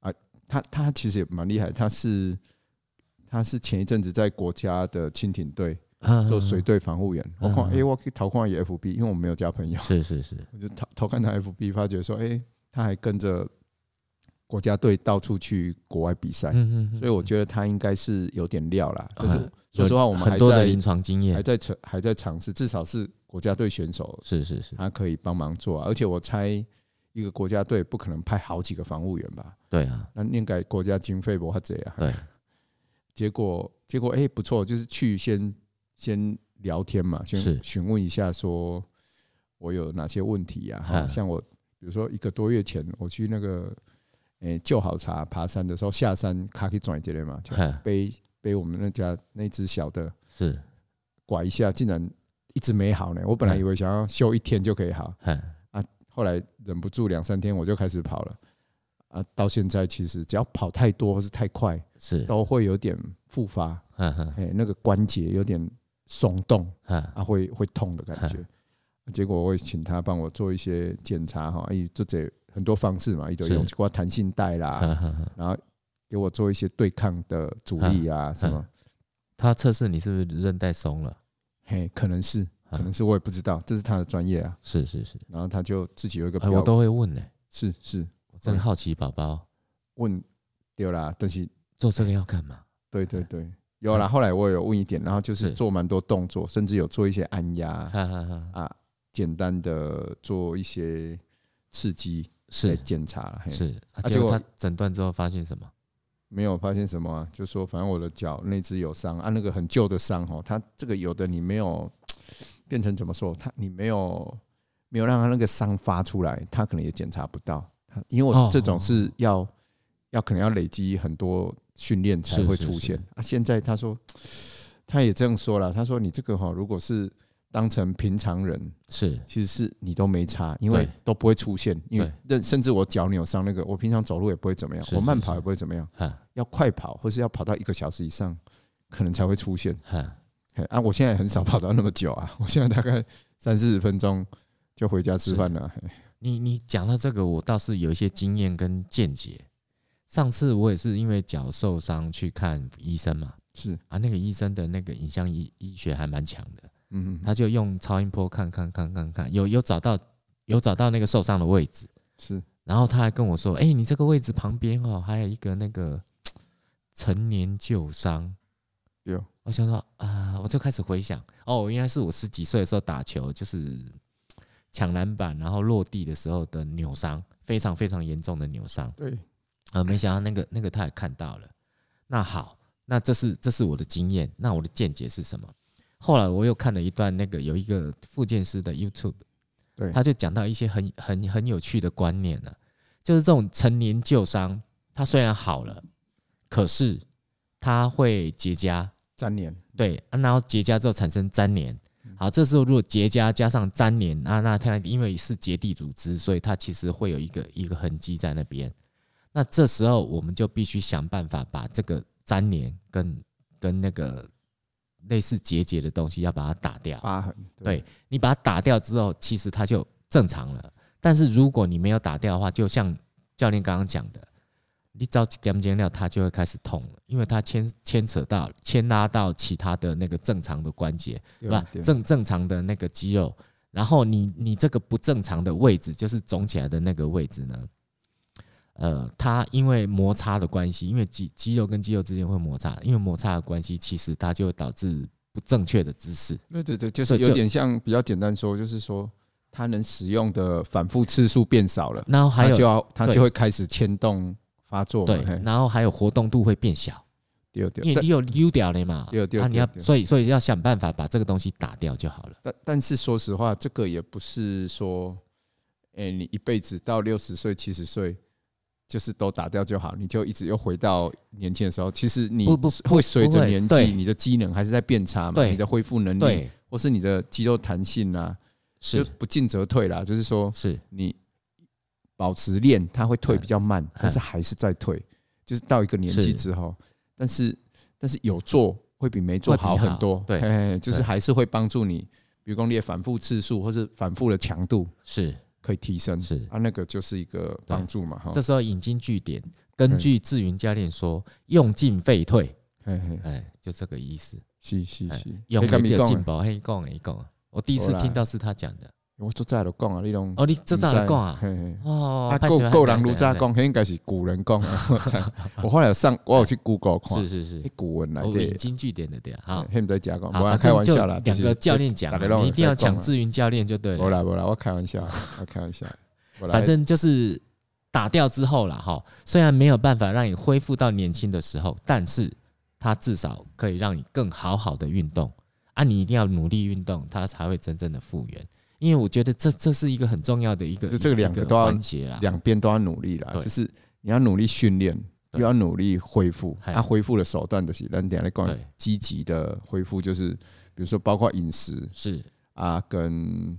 啊，他他其实也蛮厉害，他是他是前一阵子在国家的蜻蜓队啊做水队防护员，我嗯看嗯嗯诶，我去投看也 FB，因为我没有加朋友。 是是是，我就偷偷看他 FB，发觉说，哎、他还跟着国家队到处去国外比赛，嗯哎所以我觉得他应该是有点料啦。但嗯是说实话，我们很还多的在临床经还验，在尝还在尝试，至少是国家队选手，是是是，他可以帮忙做啊、而且我猜，一个国家队不可能派好几个防务员吧？对啊，那应该国家经费不他这样。对，啊 结果结果哎、不错，就是去先先聊天嘛，是先询问一下说我有哪些问题呀、嗯啊？像我比如说一个多月前我去那个诶、旧好茶爬山的时候，下山卡以转之类嘛，就嗯背背我们那家那只小的是，拐一下，竟然一直没好呢。我本来嗯以为想要休一天就可以好，嗯后来忍不住两三天我就开始跑了。啊，到现在其实只要跑太多或是太快，是，都会有点复发。嗯嗯哎、那个关节有点松动嗯，啊，会会痛的哎感觉。结果我会请他帮我做一些检查哈，哎，这这很多方式嘛，一种是用过弹性带啦，嗯嗯然后给我做一些对抗的阻力哎啊什么，他测试你是不是韧带松了？嘿，可能是，嗯可能是我也不知道，这是他的专业啊。是是是，然后他就自己有一个哎，表，我都会问呢，是是我真好奇宝宝问对啦，但是做这个要干嘛？对对对，有啦。后来我有问一点，然后就是是做蛮多动作，甚至有做一些按压哈哈哈，啊，简单的做一些刺激，来是检查了，嘿是，哎啊啊结结果果他诊断之后发现什么？没有发现什么、啊，就说反正我的脚那只有伤啊，那个很旧的伤哦，它这个有的你没有变成怎么说，它你没有没有让它那个伤发出来，它可能也检查不到，它因为哦我这种是要、要可能要累积很多训练才是会是出是现啊。现在他说他也这样说了，他说你这个哈、如果是当成平常人，是其实是你都没差，因为对都不会出现，因为对甚甚至我脚扭伤那个，我平常走路也不会怎么样是，我慢是跑是也不会怎么样，哈要快跑或是要跑到一个小时以上，可能才会出现。哈，嘿啊，我现在很少跑到那么久啊，我 现在大概三四十分钟就回家吃饭了。嘿你你讲到这个，我倒是有一些经验跟见解。上次我也是因为脚受伤去看医生嘛，是，啊，那个医生的那个影像医医学还蛮强的，嗯，他就用超音波看看看看看，有有找到有找到那个受伤的位置，是然后他还跟我说，哎、你这个位置旁边哦，还有一个那个成年旧伤。有我想说啊、我就开始回想，哦，原来是我十几岁的时候打球，就是抢篮板然后落地的时候的扭伤，非常非常严重的扭伤。对，啊，没想到那个那个他也看到了。那好，那这是这是我的经验，那我的见解是什么？后来我又看了一段那个有一个复健师的 YouTube，对他就讲到一些很很很有趣的观念呢、就是这种陈年旧伤，它虽然好了，可是它会结痂，粘连，对，啊然后结痂之后产生粘连。好，这时候如果结痂加上粘连啊，那它因为是结缔组织，所以它其实会有一个一个痕迹在那边。那这时候我们就必须想办法把这个粘连跟跟那个类似结节的东西要把它打掉。疤痕，对你把它打掉之后，其实它就正常了。但是如果你没有打掉的话，就像教练刚刚讲的，你早几点间料，它就会开始痛了，因为它牵牵扯到牵拉到其他的那个正常的关节，对啊吧？不正正常的那个肌肉，然后你你这个不正常的位置，就是肿起来的那个位置呢，呃，它因为摩擦的关系，因为肌肌肉跟肌肉之间会摩擦，因为摩擦的关系，其实它就会导致不正确的姿势。对对对，就所是以就有点像比较简单说，就是说它能使用的反复次数变少了，然后还它有就要它对就会开始牵动发作嘛，对嘿，然后还有活动度会变小，对对，因为但你有溜掉的嘛，对对啊，你要对对所以所以要想办法把这个东西打掉就好了。但但是说实话，这个也不是说，哎、你一辈子到六十岁、七十岁，就是都打掉就好，你就一直又回到年轻的时候。其实你不不会随不着会年对纪，你的机能还是在变差嘛，对你的恢复能力对，或是你的肌肉弹性啊，就是不进则退啦。就是说，是，你保持练，它会嗯退比较慢，但是还是在退，就是到一个年纪是之后，但是但是有做会比没做好很多会，比好对嘿嘿嘿就是对还是会帮助你，比如说你的反复次数或是反复的强度是可以提升，是啊，那个就是一个帮助嘛，哈这，时候引经据典，根据志云教练说，用进废退，嘿嘿，哎，就这个意思。是是哎是，用你跟没你有讲啊进的，步，嘿，讲嘿讲，我第一次有啦听到是他讲的。我做在都讲啊，你拢哦，你这咋来讲啊？嘿嘿哦，啊，拍够谁够人如拍早谁讲，那应该是古人讲 啊。我知我后来有上，我有去 Google 看，是是哦是那，古文来我的引。经据典的对啊。好，嘿，唔在假讲，好，我反开正玩就笑啦，两个教练讲大家啊，都你一定要在讲抢啊志云教练就对了我。啦我啦，我开玩笑， 我开玩笑，没啦反正就是打掉之后啦，哈，虽然没有办法让你恢复到年轻的时候，但是它至少可以让你更好好的运动啊，你一定要努力运动，它才会真正的复原。因为我觉得这这是一个很重要的一个，就这个两个一都要环节啦，两边都要努力啦，对就是你要努力训练，对又要努力恢复。嘿啊，恢复的手段就是咱等一下来讲对，积极的恢复，就是比如说包括饮食是啊，跟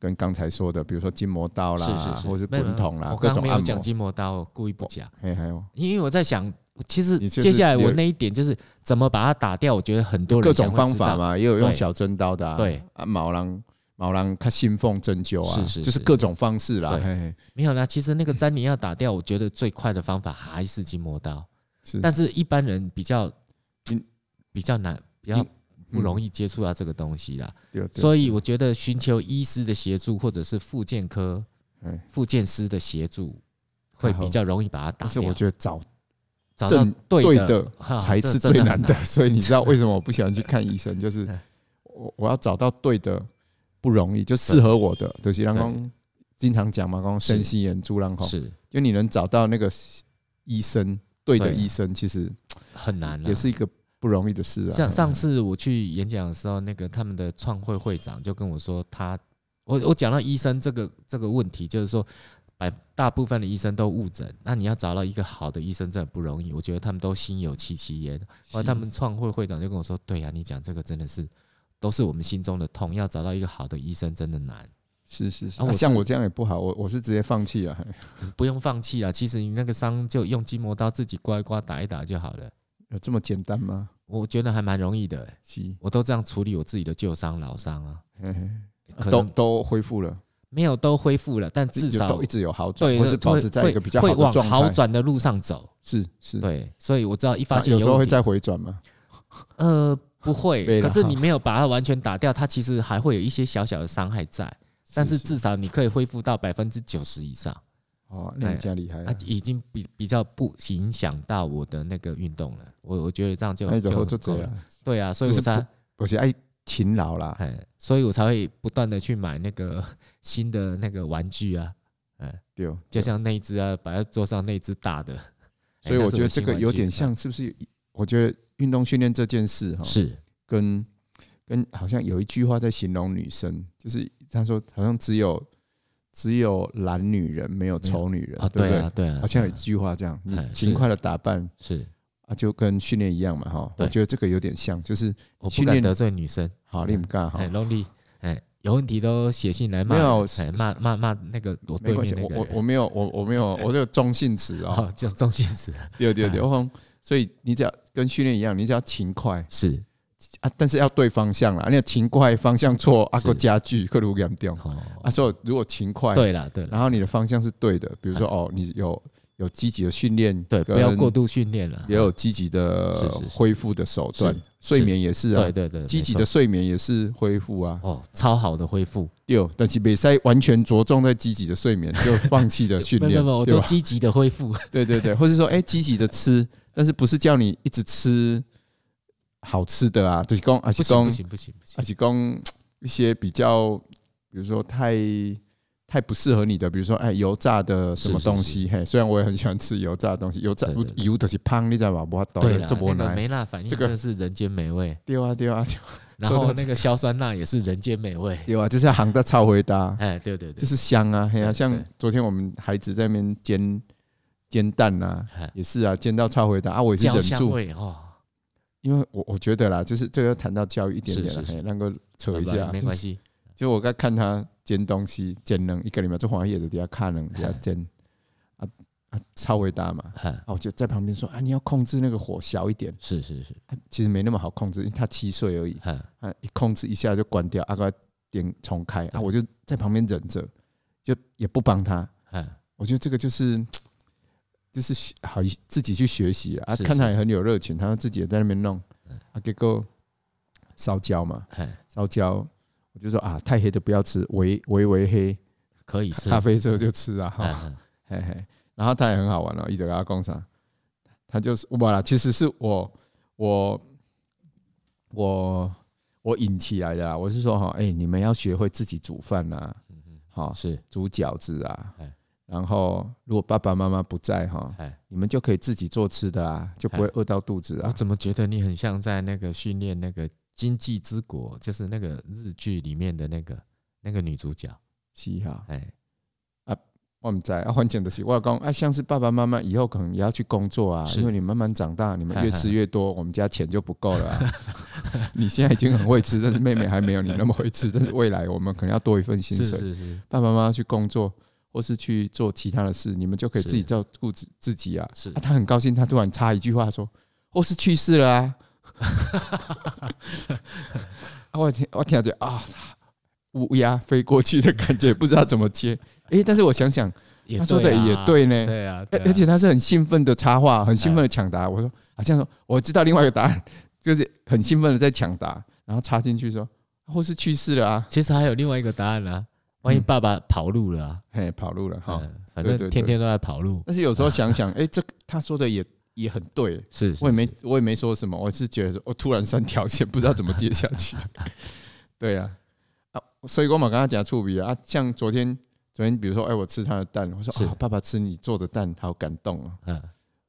跟刚才说的，比如说筋膜刀是啦，是是，或是没有没滚有筒啦，我各刚刚种啊没有按讲摩。筋膜刀，我故意不讲，嘿，还有因为我在想，其实你就是接下来我有那一点就是怎么把它打掉，我觉得很多人各种想会方知法道，嘛，也有用对小针刀的啊，对啊，毛狼毛狼他信奉针灸啊，是是就是是各种方式啦，对嘿嘿，没有啦，其实那个粘连要打掉，我觉得最快的方法还是筋膜刀。是。但是一般人比较嗯比较难，比较嗯不容易接触到这个东西啦。对对所以我觉得寻求医师的协助，或者是复健科哎、复健师的协助，会比较容易把它打但是掉。我觉得找找到正对的哈才这是真最很难的， 所以 你知道为什么我不喜欢去看医生，就是哎我我要找到对的不容易，就适合我的，就是刚对刚经常讲嘛，刚刚是身心眼珠然后是就你能找到那个医生对的对啊医生，其实很难啊了。也是一个不容易的事啊。像上次我去演讲的时候，那个他们的创会会长就跟我说他，我我讲到医生这个这个问题，就是说百大部分的医生都误诊，那你要找到一个好的医生真的不容易，我觉得他们都心有戚戚焉。后来他们创会会长就跟我说，对啊呀、你讲这个真的是都是我们心中的痛，要找到一个好的医生真的难，是是是，啊啊我像是我这样也不好，我我是直接放弃了。嘿不用放弃啊，其实你那个伤就用筋膜刀自己刮一刮打一打就好了，有这么简单吗？我觉得还蛮容易的、欸是，我都这样处理我自己的旧伤老伤啊，嘿嘿可都能都恢复了，没有都恢复了，但至有少都一直有好转，对，或是就会保持在一个比较好会的会往状态。好转的路上走。是是，对，所以我知道一发啊现有时候问会题再回转嘛。呃不 会，对可啦是你没有把它完全打掉，它其实还会有一些小小的伤害在，但是至少你可以恢复到百分之九十以上，哦，那哎你这样厉害啊它，已经比比较不影响到我的那个运动了。我我觉得这样就那就就合很作够者了。啊，对啊，所以就我是才我是爱勤劳啦，哎，所以我才会不断的去买那个 新的那个玩具啊，对哦，就对哦像那一只啊，摆在桌上那只大的。哎 所以那我是觉得新这个玩有具点像，是不是有？我觉得运动训练这件事哈，是跟跟好像有一句话在形容女生，就是她说好像只有只有懒女人，没有丑女人，啊，对对不对啊，？对啊，好像有一对啊句话这样，你哎勤是快的打扮是啊，就跟训练一样嘛，哈。我对觉得这个有点像，就是我不训敢练得罪女生，好，你们干哈哎，，lonely，哎，有问题都写信来骂没有我，哎，骂骂骂那个我没对关系面，那个我我人我没有，我我没有，我这个中性 词啊，哦，叫中性词， 对对对，哎我讲所以你只要跟训练一样，你只要勤快是啊，但是要对方向啦，你要勤快方向错，啊是个加剧，克鲁严重哦，啊，所以如果勤快，对了对了，然后你的方向是对的，比如说哦，你有有积极的训练，对，不要过，度训练了，也有积极的是是是恢复的手段是，睡眠也是啊对，对对，积没极错的睡眠也是恢复啊，哦，超好的恢复，六，但是比赛完全着重在积极的睡眠，就放弃了 训没有没有，练没有，我对都吧？积极的恢 复，对对对，或是说，哎，积极的吃，但是不是叫你一直吃好吃的啊？就是讲，不而且行讲不，行不行不而行，且讲一些比较，比如说太太不适合你的，比如说哎油炸的什么是是东西。嘿，虽然我也很喜欢吃油炸的东 西，油炸对对对油都是胖，你知道吧？我懂，对了，这那我个来梅纳反应这个真的是人间美味，啊丢啊丢啊然说到后这那个硝酸钠也是人间美味，丢啊，就是要行的超 回答。哎，对对啊就对，是香啊，嘿啊，对像对昨天我们孩子在那边煎煎蛋啊哎，也是啊，煎到超回答啊，我也是焦忍香住，味哦，因为我我觉得啦，就是这个要谈到教育一点点了，是是嘿，能够扯一好下吧，没就关是。系，就我在看他煎东西，煎能一个礼拜做黄叶的底下看能底下煎啊啊，超回答嘛，哎，啊，我就在旁边说啊，你要控制那个火小一点，是是是，啊其实没那么好控制，因为他七岁而已，哎，啊，一控制一下就关掉，啊，给他点重开啊，我就在旁边忍着，就也不帮他，哎，我觉得这个就是就是学好自己去学习啊，啊是看他也很有热情，他自己也在那边弄啊，结果烧焦嘛，哎，烧焦，我就说啊，太黑的不要吃，微微微黑可以吃，咖啡色就吃啊，哎哈嘿嘿，然后他也很好玩哦，一直跟他共啥，他就是我啦，其实是我我我我引起来的啦，我是说哈，哎、你们要学会自己煮饭啊啦，好、哎是，煮饺子啊哎，然后如果爸爸妈妈不在哈，哎，你们就可以自己做吃的啊，就不会饿到肚子我啊。怎么觉得你很像在那个训练那个《经济之国》，就是那个日剧里面的那个那个女主角，是哈，哎，我们在啊，换钱的是我讲啊，像是爸爸妈妈以后可能也要去工作啊，是因为你慢慢长大，你们越吃越多，我们家钱就不够了 啊、你现在已经很会吃，但是妹妹还没有你那么会吃，但是未来我们可能要多一份薪是水。是是爸爸妈妈去工作或是去做其他的事，你们就可以是自己照顾自自己啊。是啊，，他很高兴，他突然插一句话说：“我是去世了啊！” 啊，我听我听着啊，乌鸦飞过去的感觉，不知道怎么 接。诶，但是我想想，也他说的啊也，对呢。对啊，而对啊而且他是很兴奋的插话，很兴奋的抢答。我说好像说我知道另外一个答案，就是很兴奋的在抢答，然后插进去说或是去世了啊，其实还有另外一个答案啊，万一嗯爸爸跑路了啊，嘿，跑路了哈。嗯反对正对对天天都在跑路，但是有时候 想想，诶，这个他说的也也很对，是，我也没是我也没说什么，我是觉得说我哦突然三条线，不知道怎么接下去。 对呀、啊，所以我嘛跟他讲触笔啊，像昨天昨天比如说，哎，我吃他的蛋，我是说啊，爸爸吃你做的蛋，好感动哦。嗯，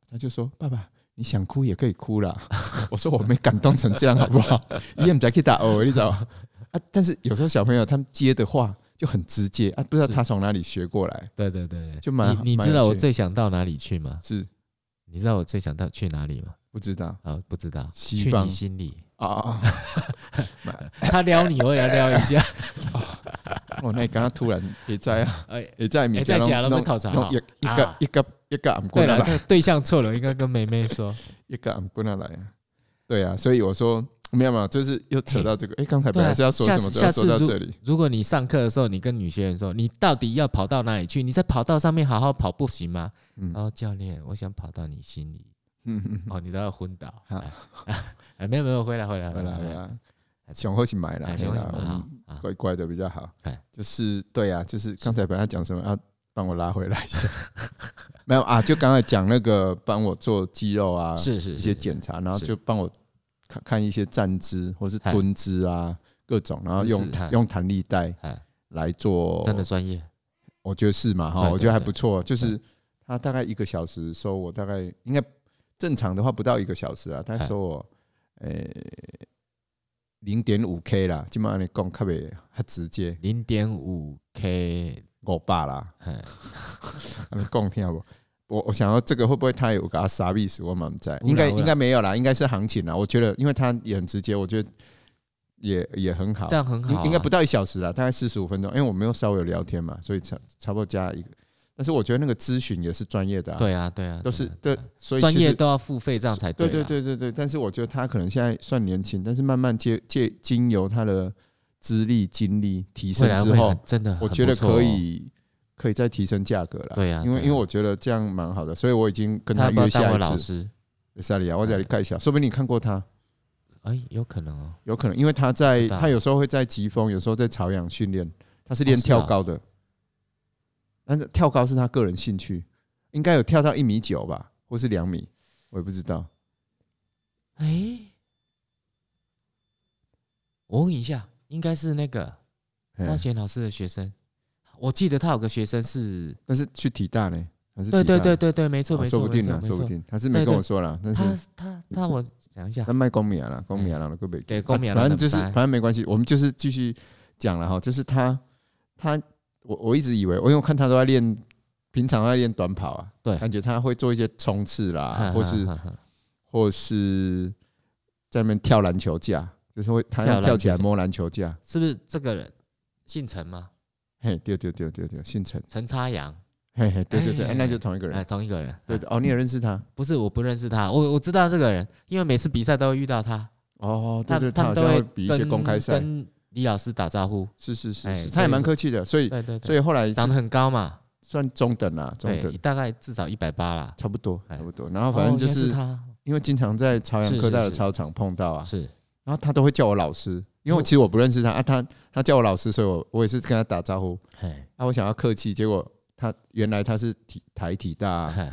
他就说爸爸。你想哭也可以哭啦， 我说我没感动成这样，好不好？ 你也不可以打哦，你知道吗？啊，但是有时候小朋友他们接的话就很直接啊，不知道是他从哪里学过来，对对对，对就蛮你你蛮知有道我趣最想到哪里去吗？是你知道我最想到去哪里吗？不知道啊，不知道，西去方你心里，啊啊啊！他撩你，我也要撩一 下，哦，那你刚刚突然也在啊， 哎，也在米会在吃拢要吐槽一一个啊一个一个俺 过对来了，啦，这个对象错了，应该跟梅梅说。一个俺过来啊。对啊，所以我说没有没有，就是又扯到这个。哎，刚才本来是要说什么，对啊都下要次说到下次这里。 如果你上课的时候，你跟女学员说，你到底要跑到哪里去？你在跑道上面好好跑步行吗？嗯然后教练，我想跑到你心里。嗯嗯，嗯哦，你都要昏倒。好哎，哎 没有没有，回来回来好啦好回来。啦，雄厚是买啦，哎，行，为什嘿啦么我好们啊？乖乖的比较好哎。就是对啊，就是刚才本来讲什么啊，帮我拉回来一下。 没有啊，就刚才讲那个帮我做肌 肉啊，是是一是些检查，然后是就帮我看看一些站姿或是嗨蹲姿啊，各种，然后姿势用嗨用弹力带哎，来做，真的专业。我觉得是嘛哈，对我觉得对还对不错，就是他大概一个小时收我大概应该正常的话不到一个小时啊，他嗨收我呃零点五 K 啦，基本上你讲特别他直接零点五 K 我爸啦，哎，你讲听不？我我想要这个会不会他有个啊啥意思？我满在，有啦应该有啦应该没有啦，应该是行情啦。我觉得，因为他也很直接，我觉得也也很好这。样很好啊、应应该不到一小时啦，大概四十五分钟，因为我们又稍微有聊天嘛，所以差差不多加一个。但是我觉得那个咨询也是专业的、啊，，对啊，对啊，都是对啊对，所以专其业实都要付费，这样才对对对啦，对对对。但是我觉得他可能现在算年轻，但是慢慢借借经由他的资历经历提未升来之会后很，真的很我不觉得错可哦。以可以再提升价格了。对啊因为对啊因为我觉得这样蛮好的，所以我已经跟他要不要约当下我一老次。师？嗯萨利亚，我再来看一下，说不定你看过他，哎，有可能哦。有可能，因为他在知道他有时候会在疾风，有时候在朝阳训练，他是练哦是啊跳高的，但是跳高是他个人兴趣，应该有跳到一米九吧，或是两米，我也不知道。哎，我问一下，应该是那个嘿赵贤老师的学生。我记得他有个学生是，但是去体大呢？还是对体大对对对对，没错哦没说错不没定错啦，没说不错。定他是没跟我说啦，但是他他他，我想一下他，卖光米啊啦，光米啊啦，那个北对光明啊反正就是咱们知反正没关系，我们就是继续讲了哈，就是他他我我一直以为，我因为我看他都在练，平常都在练短跑啊，对感觉他会做一些冲刺啦，哼啊或哼是哼哼或是在那边跳篮球架，就是会他跳要篮球跳起来架摸篮球架，是不是这个人姓陈吗？嘿，对对对对对，姓陈，陈插阳，嘿嘿，对对对，哎哎那就同一个哎，人，同一个人。对哎对哦，你也认识他不是，我不认识他，我我知道这个人，因为每次比赛都会遇到他。哦，他对对，他他们好都像会会比一些公开赛，跟跟李老师打招呼。是是是哎是，所他也以蛮是客气的，所以对对对，所以后来长得很高嘛，算中等啦，中等对，。大概至少一百八啦。差不多，哎差不多。然后反正哦就是原来因为经常在朝阳是科大是的是操场碰到他，啊，是然后他都会叫我老师，因为我哦其实我不认识他啊，他他叫我老师，所以我我也是跟他打招呼嘿啊，我想要客气，结果他原来他是体台体 大啊嘿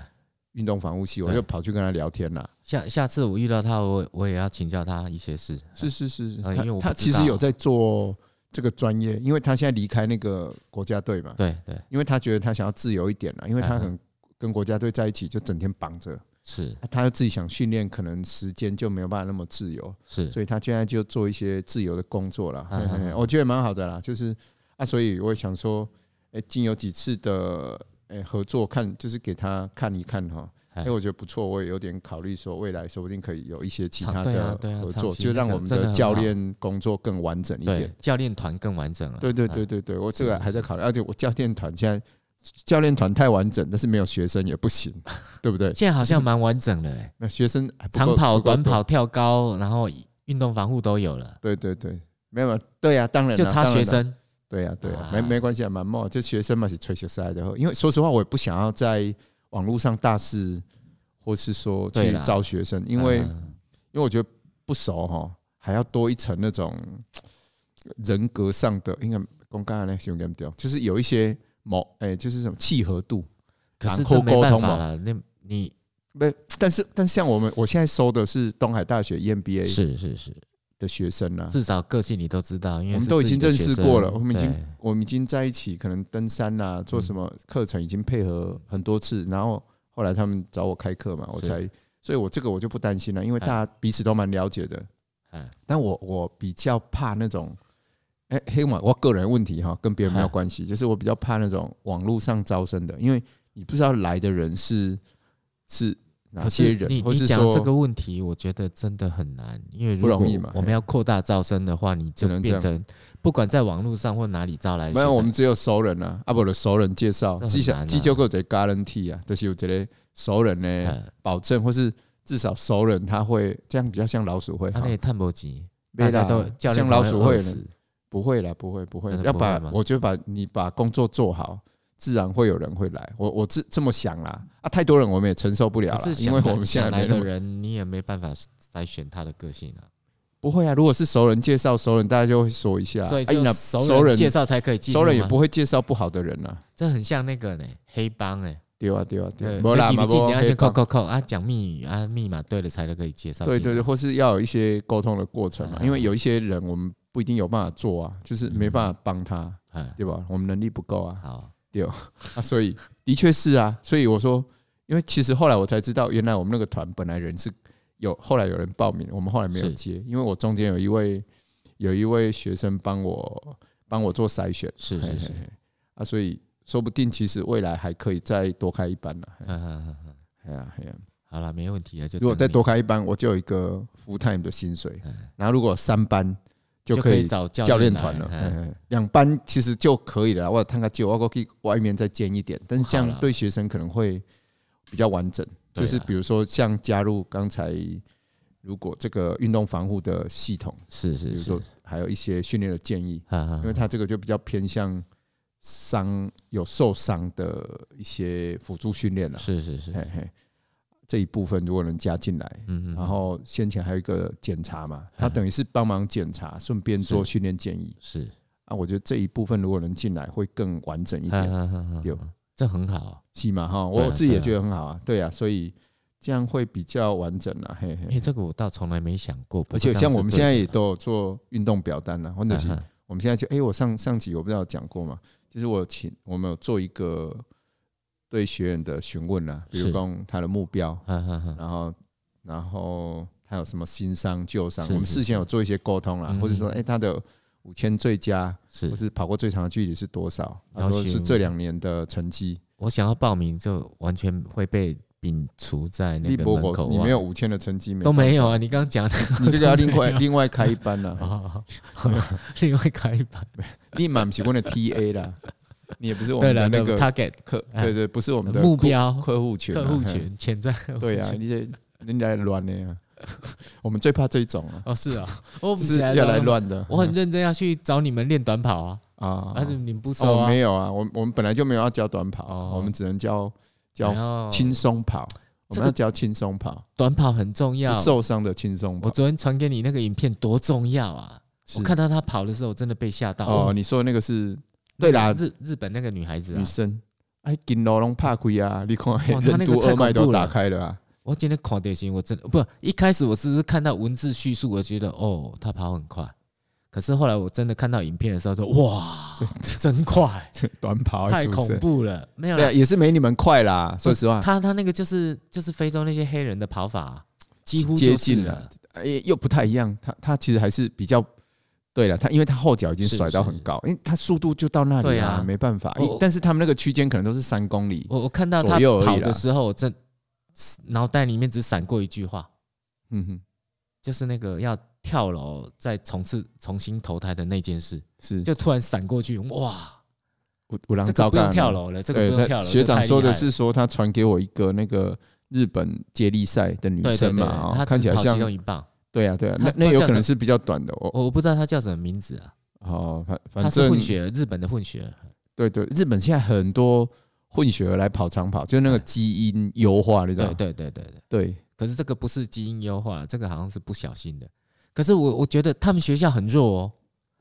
运动防护系，我对啊就跑去跟他聊天啦。下下次我遇到他，我我也要请教他一些事。是是是，是啊因为我他他不知其实道有在做这个专业，因为他现在离开那个国家队嘛，对对因为他觉得他想要自由一点啦，因为他嗯嗯很跟国家队在一起就整天绑着，是啊他又自己想训练，可能时间就没有办法那么自由。是所以他现在就做一些自由的工作啦，嗯嘿嘿嘿嗯我觉得蛮好的啦。就是啊，所以我也想说，哎，经有几次的哎合作，看就是给他看一看哈。哎哎，我觉得不错，我也有点考虑说，未来说不定可以有一些其他长对啊的对啊合长作，期就那让个我们真的的很教好练工作更完整一对点。教练团更完整了。对对对嗯对对，我是这个是还在是考虑，而且我教练团现在教练团太完整，但是没有学生也 不行，对不对？现在好像蛮完整的欸，那学生还不够长跑、不够短多跑、跳高，然后运动防护都有了，对对对，没有，对呀、当然啦就差当然学啦生。对呀、对呀、啊没没关系啊，蛮冒。这学生嘛是吹学赛的，因为说实话，我也不想要在网络上大肆，或是说对去啦招学生，因为、嗯因为我觉得不熟哈，还要多一层那种人格上的，应该公刚才那形容掉，就是有一些某哎、就是什么契合度。可是然后这没沟办通法嘛了，那你不，但是但像我们，我现在收的是东海大学 E EMBA 是是是，的学生啊，至少个性你都知道，因为我们是都已自己经的认学识生过了，我们已经对我们已经在一起，可能登山啦、做什么课程已经配合很多次，然后后来他们找我开课嘛，我是才，所以我这个我就不担心了，因为哎大家彼此都蛮了解的。哎但我我比较怕那种，哎、黑网我个人问题哈，跟别人没有哎关系，就是我比较怕那种网络上招生的，因为你不知道来的人是是哪可些是人，你或你讲说这个问题，我觉得真的很难，因为如不容果易嘛我们嘿要扩大招生的话，你就只能这变样成不管在网络上或哪里招来的没有，学我生们只有熟人啊，啊不的熟人介绍这，很至难少啊至少还有一个 guarantee 啊，就是有一个熟人呢呃，保证，或是至少熟人他会这样比较像老鼠会，他好那探博级，没啊大啦家都教练像老团鼠会会饿呢死不会啦，不会不会真，的要不会把吗我觉得把你把工作做好，自然会有人会来，我我这这么想啦，啊太多人我们也承受不了可啊啦是，因想为来我们现在想没来那的么人，你也没办法筛选他的个性啊，不会啊，如果是熟人介绍，熟人大家就会说一下，所以哎就那熟人人介绍才可以进入熟吗。人也不会介绍不好的人啊，这很像那个呢，黑帮哎，对啊对啊对啊对，，没啦，你嘛们进没去黑先扣帮扣扣啊，讲密语啊，密码对了才可以介绍进对来。对对，或是要有一些沟通的过程嘛，嗯因为有一些人我们不一定有办法做啊，就是没办法帮他，嗯，对吧？我们能力不够啊，好，啊，所以的确是啊，所以我说，因为其实后来我才知道，原来我们那个团本来人是有，后来有人报名，我们后来没有是接，因为我中间有一位有一位学生帮我帮我做筛选，是嘿是嘿是，嘿啊，所以说不定其实未来还可以再多开一班呢。嗯嗯嗯嗯，哎呀，哎呀，好了，没问题啊。就如果等再你多开一班，我就有一个 full time 的薪水嗯。然后如果三班就就可可以找教教练来团了，嗯嗯两班其实就可以了啦。我有探个就我可以外面再兼一点，但是这好样啦对学生可能会比较完整。对就啊是比如说像加入刚才如果这个运动防护的系统，是比是如是嗯说，还有一些训练的建议，因因为它这个就比较偏向伤有受伤的一些辅助训练了。是是是，嘿嘿，这一部分如果能加进来，嗯嗯，然后先前还有一个检查嘛，他嗯等于是帮忙检查，顺便做是训练建议。是，啊，我觉得这一部分如果能进来，会更完整一点，嗯对，这很好。是嘛？哈，对啊我自己对也啊觉得很好啊，对啊，所以这样会比较完整啊，嘿哎，嘿。这个我倒从来没想过。不过而且这样像是我们对现在的啊也啦，都有做运动表单啊了，或者是嗯哼我们现在就哎、我上上集我不知道有讲过嘛，就是我请我们有做一个对学员的询问啦，比如是讲他的目标，嗯嗯嗯，然后然后他有什么新伤旧伤，是我们是事先有做一些沟通啦，嗯或者说哎、他的五千最佳是或是跑过最长的距离是多少，然他后说询是这两年的成绩，我想要报名，就完全会被摒除在那利个伯门狗口你外没有五千的成绩都没有，有啊！你刚讲的你这个要另外 都没有另外开一班啦，嘿啊，另外开一版， 立马不是我们的 TA 啦，你也不是我对们的了，那对个 target 客，哎对对，不是我们的目客标客户群啊，客户嘿群潜在客户对啊，群你这人家来乱的呀， 我们最怕这一种啊，哦是 啊，我就不是起要来了，乱的。我很认真要去找你们练短跑啊，啊，但是你们不收哦啊，没有啊，我们我们本来就没有要教短跑，哦我们只能教教有轻松跑，我这们个要教轻松跑，短跑很重不要。受伤的轻松我跑。昨天传给你那个影片多重要啊！是我看到她跑的时候，我真的被吓到。哦，哇你说那个是那对个啦日日本那个女孩子啊女，生，哎，金楼龙怕亏啊， 你看那任个督太二脉恐怖都打了开了啊。 我今天狂点心，我真的不一开始我只是看到文字叙述，我觉得哦，她跑很快。可是后来我真的看到影片的时候说， 哇，真快，短跑太恐，怖了！没有对啊，啊啦，也是没你们快啦。说实话，她她那个就是就是非洲那些黑人的跑法啊，几乎就接是近了，哎，又不太一样。他他其实还是比较。对了，他因为他后脚已经是甩到是很是高，因为他速度就到那里对啦、啊没办法。我我但是他们那个区间可能都是三公里，我我看到她左右而已啦跑的时候，我真脑袋里面只闪过一句话，嗯哼，就是那个要跳楼再重次重新投胎的那件事，是就突然闪过去，哇，五五郎这糟个不糕啊用，跳楼了，这个对不用他跳楼。学这个长太说的厉害了是说，他传给我一个那个日本接力赛的女对对生对，嘛，他哦看起来只跑像其中一棒，对啊对啊，他那不知道那有叫可能什么是比较短的哦我我不知道他叫什么名字啊，哦，反他反是正混血儿，日本的混血儿，对对，日本现在很多混血儿来跑长跑，就是那个基因优化，你知道对吗？对对对对。对，可是这个不是基因优化，这个好像是不小心的。可是我我觉得他们学校很弱哦，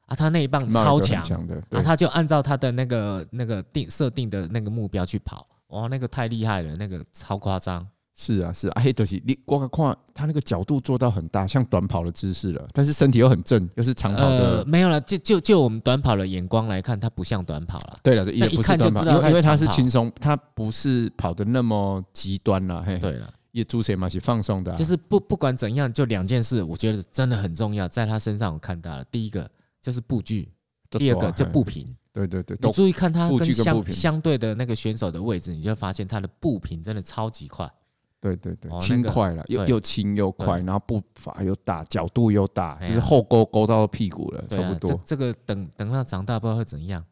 啊，他那一棒那有超个很强，强的，啊，对，他就按照他的那个那个定设定的那个目标去跑，哇，那个太厉害了，那个超夸张，是啊是啊，嘿，就是你我看看他那个角度做到很大，像短跑的姿势了，但是身体又很正，又是长跑呃，的。没有了，就就就我们短跑的眼光来看，它不像短跑了。对了，也一不是看就短跑，知道因为因为他他是是长跑轻松，他不是跑的那么极端啦。嘿，对了，也主持人嘛是放松哎的啊、就是不不管怎样，就两件事，我觉得真的很重要，在他身上我看到了。第一个就是布局，就第二个大就嘿步频。对对对，你 都注意看他布跟局跟步相频相对的那个选手的位置，你就会发现他的步频真的超级快。对对对哦，轻那个快了，又对又轻又快，对然后步伐又大，角度又大，哎呀就是后勾勾到屁股了，对差不啊，这多，这个等等他长大不知道会怎样。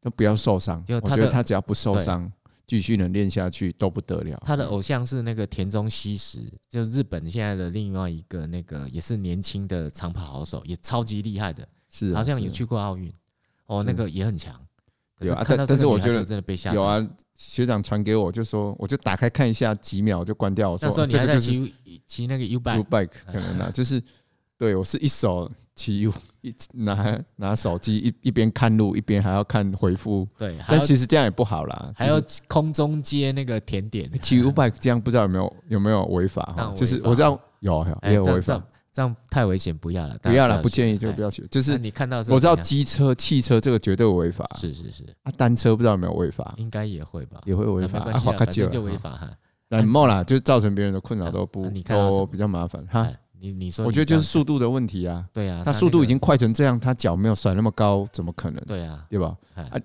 都不要受伤。就我他觉得的他只要不受伤，继续能练下去都不得了。他的偶像是那个田中希实，就日本现在的另外一个那个也是年轻的长跑好手，也超级厉害的，是啊好像是有啊去过奥运，哦，是那个也很强。可是有啊看但到这但个是我女孩觉子得真的被吓到。有啊，学长传给我就说，我就打开看一下几秒就关掉。我说那时候啊你这还个在就是骑骑那个 U U bike， bike 可 能啊，就是对我是一手骑 U 一拿拿手机一一边看路一边还要看回复，对，还但要其实这样也不好啦，还就是要空中接那个甜点， 骑 U bike 这样不知道有没有有没有违法哎那哈？违法就是我知道有有哎也有这样违这法样，这样太危险，不要了，不要啦，不不建议这个不要学。就那是你看到的时候我知道怎样机车、汽车这个绝对违法，是是是，啊，单车不知道有没有违法，应该也会吧，也会违啊法，没啊， 关系滑啊，较反久正就了违法哈。哈。那莫啦，就是造成别人的困扰都啊不你看到什都么比较麻烦哈。哎你你说，我觉得就是速度的问题啊，对啊，他那速个度已经快成这样，他脚没有甩那么高，怎么可能？对啊，对吧？哎啊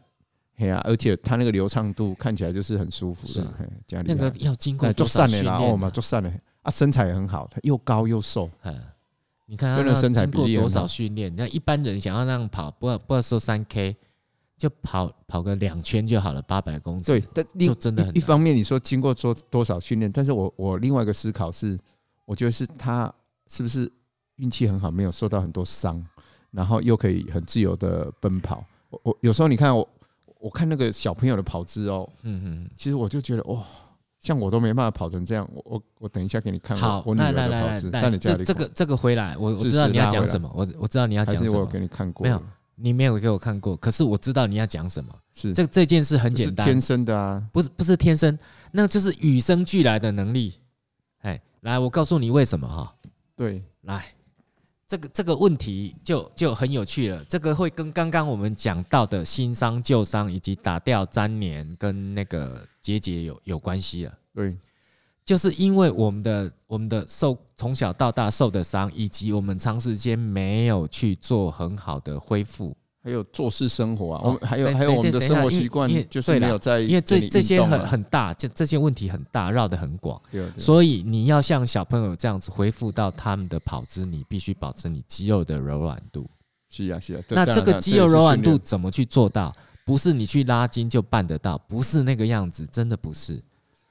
嘿啊，而且他那个流畅度看起来就是很舒服是的，嘿家里那个要经过做多少善训的啦，练哦嘛，啊？做善的啊，身材也很好，他又高又瘦，嗯，你看他真的那身材经比过例很多少好训练？那一般人想要那样跑，不要不要说三 K，就跑跑个两圈就好了，八百公尺。对，但另就真的很一一难方面你说经过做多少训练，但是我我另外一个思考是，我觉得是他是不是运气很好，没有受到很多伤，然后又可以很自由的奔跑。我我有时候你看我我看那个小朋友的跑姿哦，嗯嗯其实我就觉得哇、像我都没办法跑成这样。我我我等一下给你看嗯，好我，我女来儿来的来跑来姿，来，但你家这里这个这个回来，我我是知道是你要拉讲回来什么，我我知道你要还讲是什我有么给，你看过没的，有你没有给我看过，可是我知道你要讲什么。是这这件事很这是简单，天生的啊，不是不是天生，那就是与生俱来的能力。哎，来，我告诉你为什么哈、对，来，这个这个问题就就很有趣了，这个会跟刚刚我们讲到的新伤、旧伤以及打掉粘连跟那个结节有有关系了。对，就是因为我们的我们的受从小到大受的伤，以及我们长时间没有去做很好的恢复，还有做事生活啊，哦我们还有对还有对我们的对生活等一下习惯因为因为就是对啦没有在因为这给你这些运动很啊很大，这这些问题很大，绕得很广。对啊对啊所以你要像小朋友这样子恢复到他们的跑姿，你必须保持你肌肉的柔软度。是啊是啊，对那当这然个当然肌也肉是柔训软度练怎么去做到？不是你去拉筋就办得到，不是那个样子，真的不是。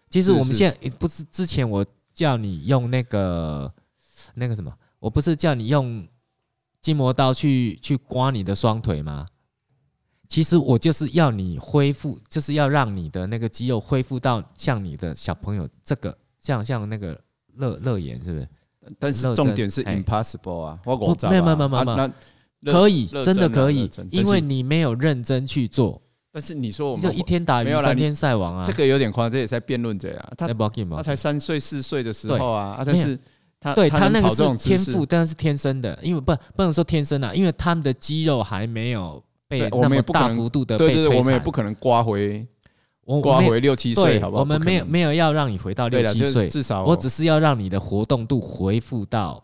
其实是我们是现在不是之前我叫你用那个那个什么，我不是叫你用筋膜刀去去刮你的双腿吗？其实我就是要你恢复，就是要让你的那个肌肉恢复到像你的小朋友这个，像像那个乐乐言是不是？但是热重针点是哎 impossible 啊，我不我没有没有没有没有没有那热可以，热真的忱啊可热以忱，但因是为你没有认真去做，但是你说我就们一天打没鱼有啦三你天晒网啊。这个有点夸张，这也在辩论者啊，他那 b o g 他才三岁四岁的时候啊，啊但没有是他对他他那个能跑这是种姿天势赋，但是天生的，因为不不能说天生啊，因为他们的肌肉还没有被对我那们么也不可大能幅度的对被对对，摧我们也残不。可能刮回我我刮没有回六七岁，对，好不好？我们不可没有能没有要让你回到对六了，七就是岁，至少我只是要让你的活动度恢复到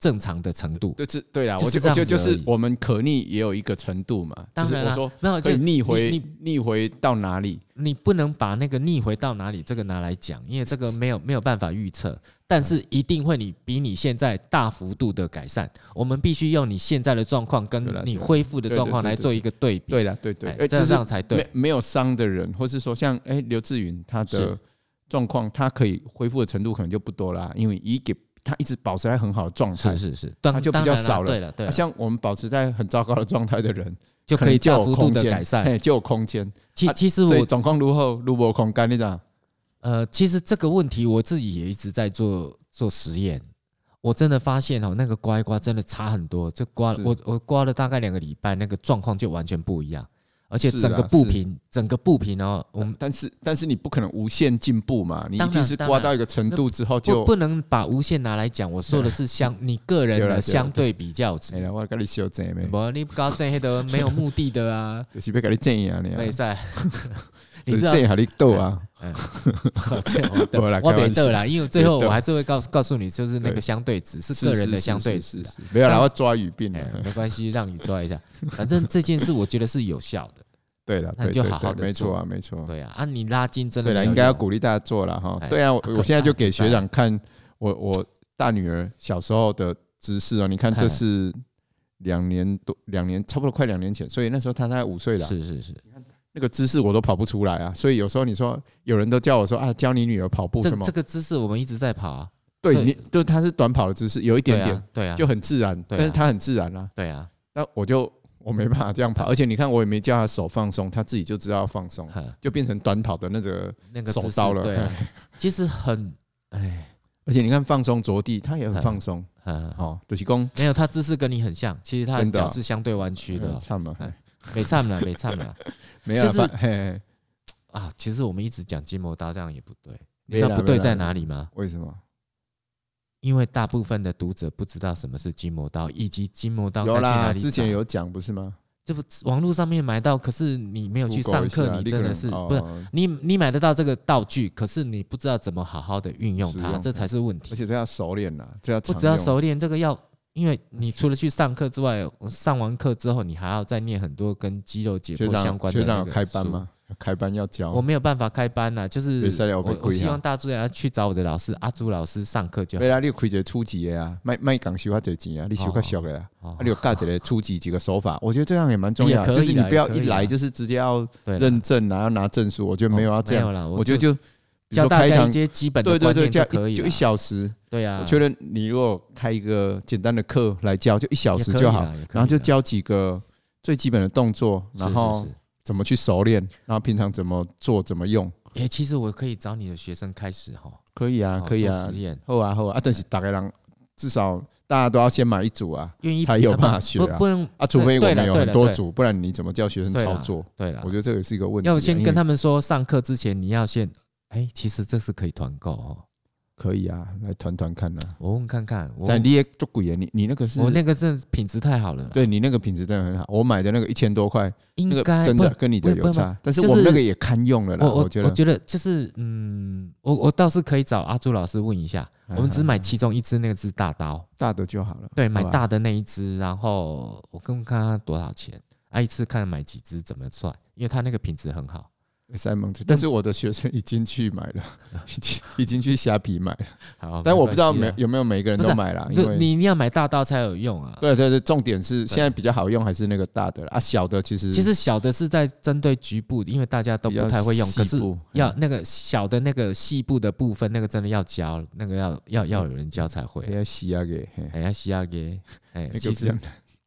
正常的程度。对是对啦，就我是就这我样就子就而是已我们可逆也有一个程度嘛，就当是然我啦说，没有可就以逆你回你逆回到哪里？你不能把那个逆回到哪里这个拿来讲，因为这个没有没有办法预测，但是一定会你比你现在大幅度的改善。我们必须用你现在的状况跟对啦你对啦恢复的对对状况对来对做一个对比，对啦，对对，哎这哎，就样是这样才对没。没有伤的人，或是说像哎刘志云他的是状况，他可以恢复的程度可能就不多啦，因为一给他一直保持在很好的状态是。是是，当它就比当较然啦少了对了对啊了，像我们保持在很糟糕的状态的人，就可可以能就大有幅度空的间改善。嘿，就有空间。其啊其实所以我状况如何，如何空间，你知道？呃，其实这个问题我自己也一直在做做实验，我真的发现哦，那个刮一刮真的差很多。这刮是我我刮了大概两个礼拜，那个状况就完全不一样，而且是整个啦步是呃频，整个步频哦，我们但是但是你不可能无限进步嘛，你一当定然是当刮然到一个程度之后不就不能把无限拿来讲。我说的是相你个人对啦对的啦相对比较没值。哎了，我跟你修正没，，不，你搞这些的没有目的的啊 就是要跟你正啊，你啊没，赛， 你就是知道正和你斗啊， 这我的没啦我开没玩笑得啦，因为最后没得我还是会告诉告诉你，就是那个对相对值是是个人的是相对值是啊是，是没有啦，但我抓语病哎了，。没关系，让你抓一下。反正这件事我觉得是有效的，对了，那对就对好好对，地没错做啊，没错。对啊。啊，你拉筋真的对了，没有应该要用鼓励大家做了哈哎。对啊，我啊可我现在就给可学长看我我大女儿小时候的姿势哦，你看哎这是两年多，两年差不多快两年前，所以那时候她大概五岁了，是是是，那个姿势我都跑不出来啊。所以有时候你说有人都叫我说啊，教你女儿跑步这什么这？个姿势我们一直在跑啊，对这你，就是她是短跑的姿势，有一点对啊点对啊，就很自然，对啊但是她很自然啊。对啊，那我就我没办法这样跑，而且你看我也没叫她手放松，她自己就知道要放松，哼就变成短跑的那个。那个嗯手姿势刀了对 啊，其实很哎，而且你看放松着地，她也很哎放松。嗯哦，就是讲没有，他姿势跟你很像，其实他的真的脚啊是相对弯曲的呃哦，差嘛，哎没差了，没差了 没有就啦，是反嘿嘿啊。其实我们一直讲筋膜刀这样也不对，你没知道啦不对没啦在哪里吗？为什么？因为大部分的读者不知道什么是筋膜刀，以及筋膜刀该有去啦，哪里之前找有讲不是吗？这不网络上面买到，可是你没有去 Google 上一下课，你真的是可能不是哦你你买得到这个道具，可是你不知道怎么好好的运用使用它，它这才是问题而。且这要熟练啦，这要不常只要用熟练，这个要因为你除了去上课之外，上完课之后你还要再念很多跟肌肉解嗯学剖相长关的学长那有个开班书？吗？哦有开班要教我，没有办法开班呐、就是不可以了我我被我跪希啊望大家去找我的老师阿朱老师上课就好未。来你有开一个初级的啊，卖卖讲修较侪钱啊，你修较俗的啊，哦啊，你有教一个初级几个手法，我觉得这样也蛮重也要的，可以就是你啦不要也可一以啊啦来就是直接要对啦，认证啊，要拿证书，我觉得哦没有啊要这样，没有啦，我我觉就得就比如教说大开一家一堂，些基本的对对观对，念就这样可一以就了一。小时，对啊，我觉得你如果开一个简单的课来教，就一小也时可就以啊好啦，也可然后以就啦教几个最基本的动作，是然是后是怎么去熟练，然后平常怎么做怎么用，诶、其实我可以找你的学生开始哈，可以啊，哦可以做啊实，验，好啊好啊，啊，但是大概人至少大家都要先买一组啊，愿意才有啊办法不学啊不不能啊，除非我对们啦有对很啦多对组，不然你怎么叫学生对啦操作？对了我，觉得这个是一个问题啊，要先因跟为他们说上课之前你要先，诶，其实这是可以团购哦，可以啊，来团团看啊。我问看看，我但你也做贵耶，你你那个是我那个真的品质太好了啦，对你那个品质真的很好，我买的那个一千多块，应那个该真不的跟你的不有不差，但是就我们那是个也堪用了啦，我我觉得。就是嗯，我我倒是可以找阿朱老师问一下，我啊们只买其中一支，那个是大刀，大的就好了。对，买好吧大的那一支，然后我跟看他多少钱，啊，一次看买几支怎么算，因为他那个品质很好，三蒙特，但是我的学生已经去买 了，已经已经去虾皮买了，好，但我不知道哦没没关系有没有每个人不是都啊买了，啊因就为你一定要买大刀才有用啊。对对对，重点是现在比较好用还是那个大的啦啊，小的其实其实小的是在针对局部，因为大家都比较不太会用，细可是部要嗯那个小的那个细部的部分，那个真的要教，那个要要要有人教才会你。要洗啊给嘿哎呀，西亚给哎，那个其比较实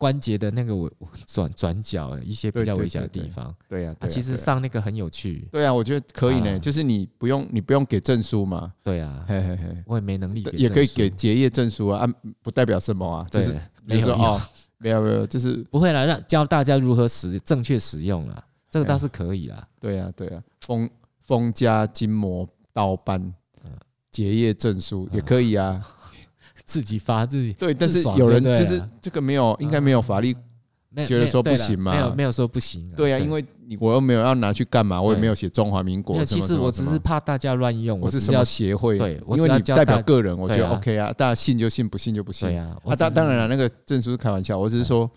关节的那个我我转转角一些比对较对微小的对地对方，对呀，啊，对啊其实对啊上那个很有趣，对啊，我觉得可以啊呢，就是你不用你不用给证书嘛，对啊，嘿嘿嘿，我也没能力给也可以证书给，结业证书啊，啊不代表什么啊，就对是，没就是有说用哦，没有没有，就是不会啦，让教大家如何使正确使用啦，这个倒是可以啦，对呀、对呀、啊封封家筋膜刀斑嗯，结业证书嗯也可以啊。 自己发自己对，但自是爽有人就对就是了嗯这个没有，应该没有法律。没有觉得没有说对不啦行嘛没有没有说不行啊，对呀、因为你我又没有要拿去干嘛，我也没有写中华民没有，国什其么实什我么什只是么。怕大家乱用，我只是是什要么协会？对我因为只要你教代大表家个人，我觉得对啊 OK 啊，大家信就信，不信就不对信。啊，啊，我当只当是然了，那个证书是开玩笑，我只是说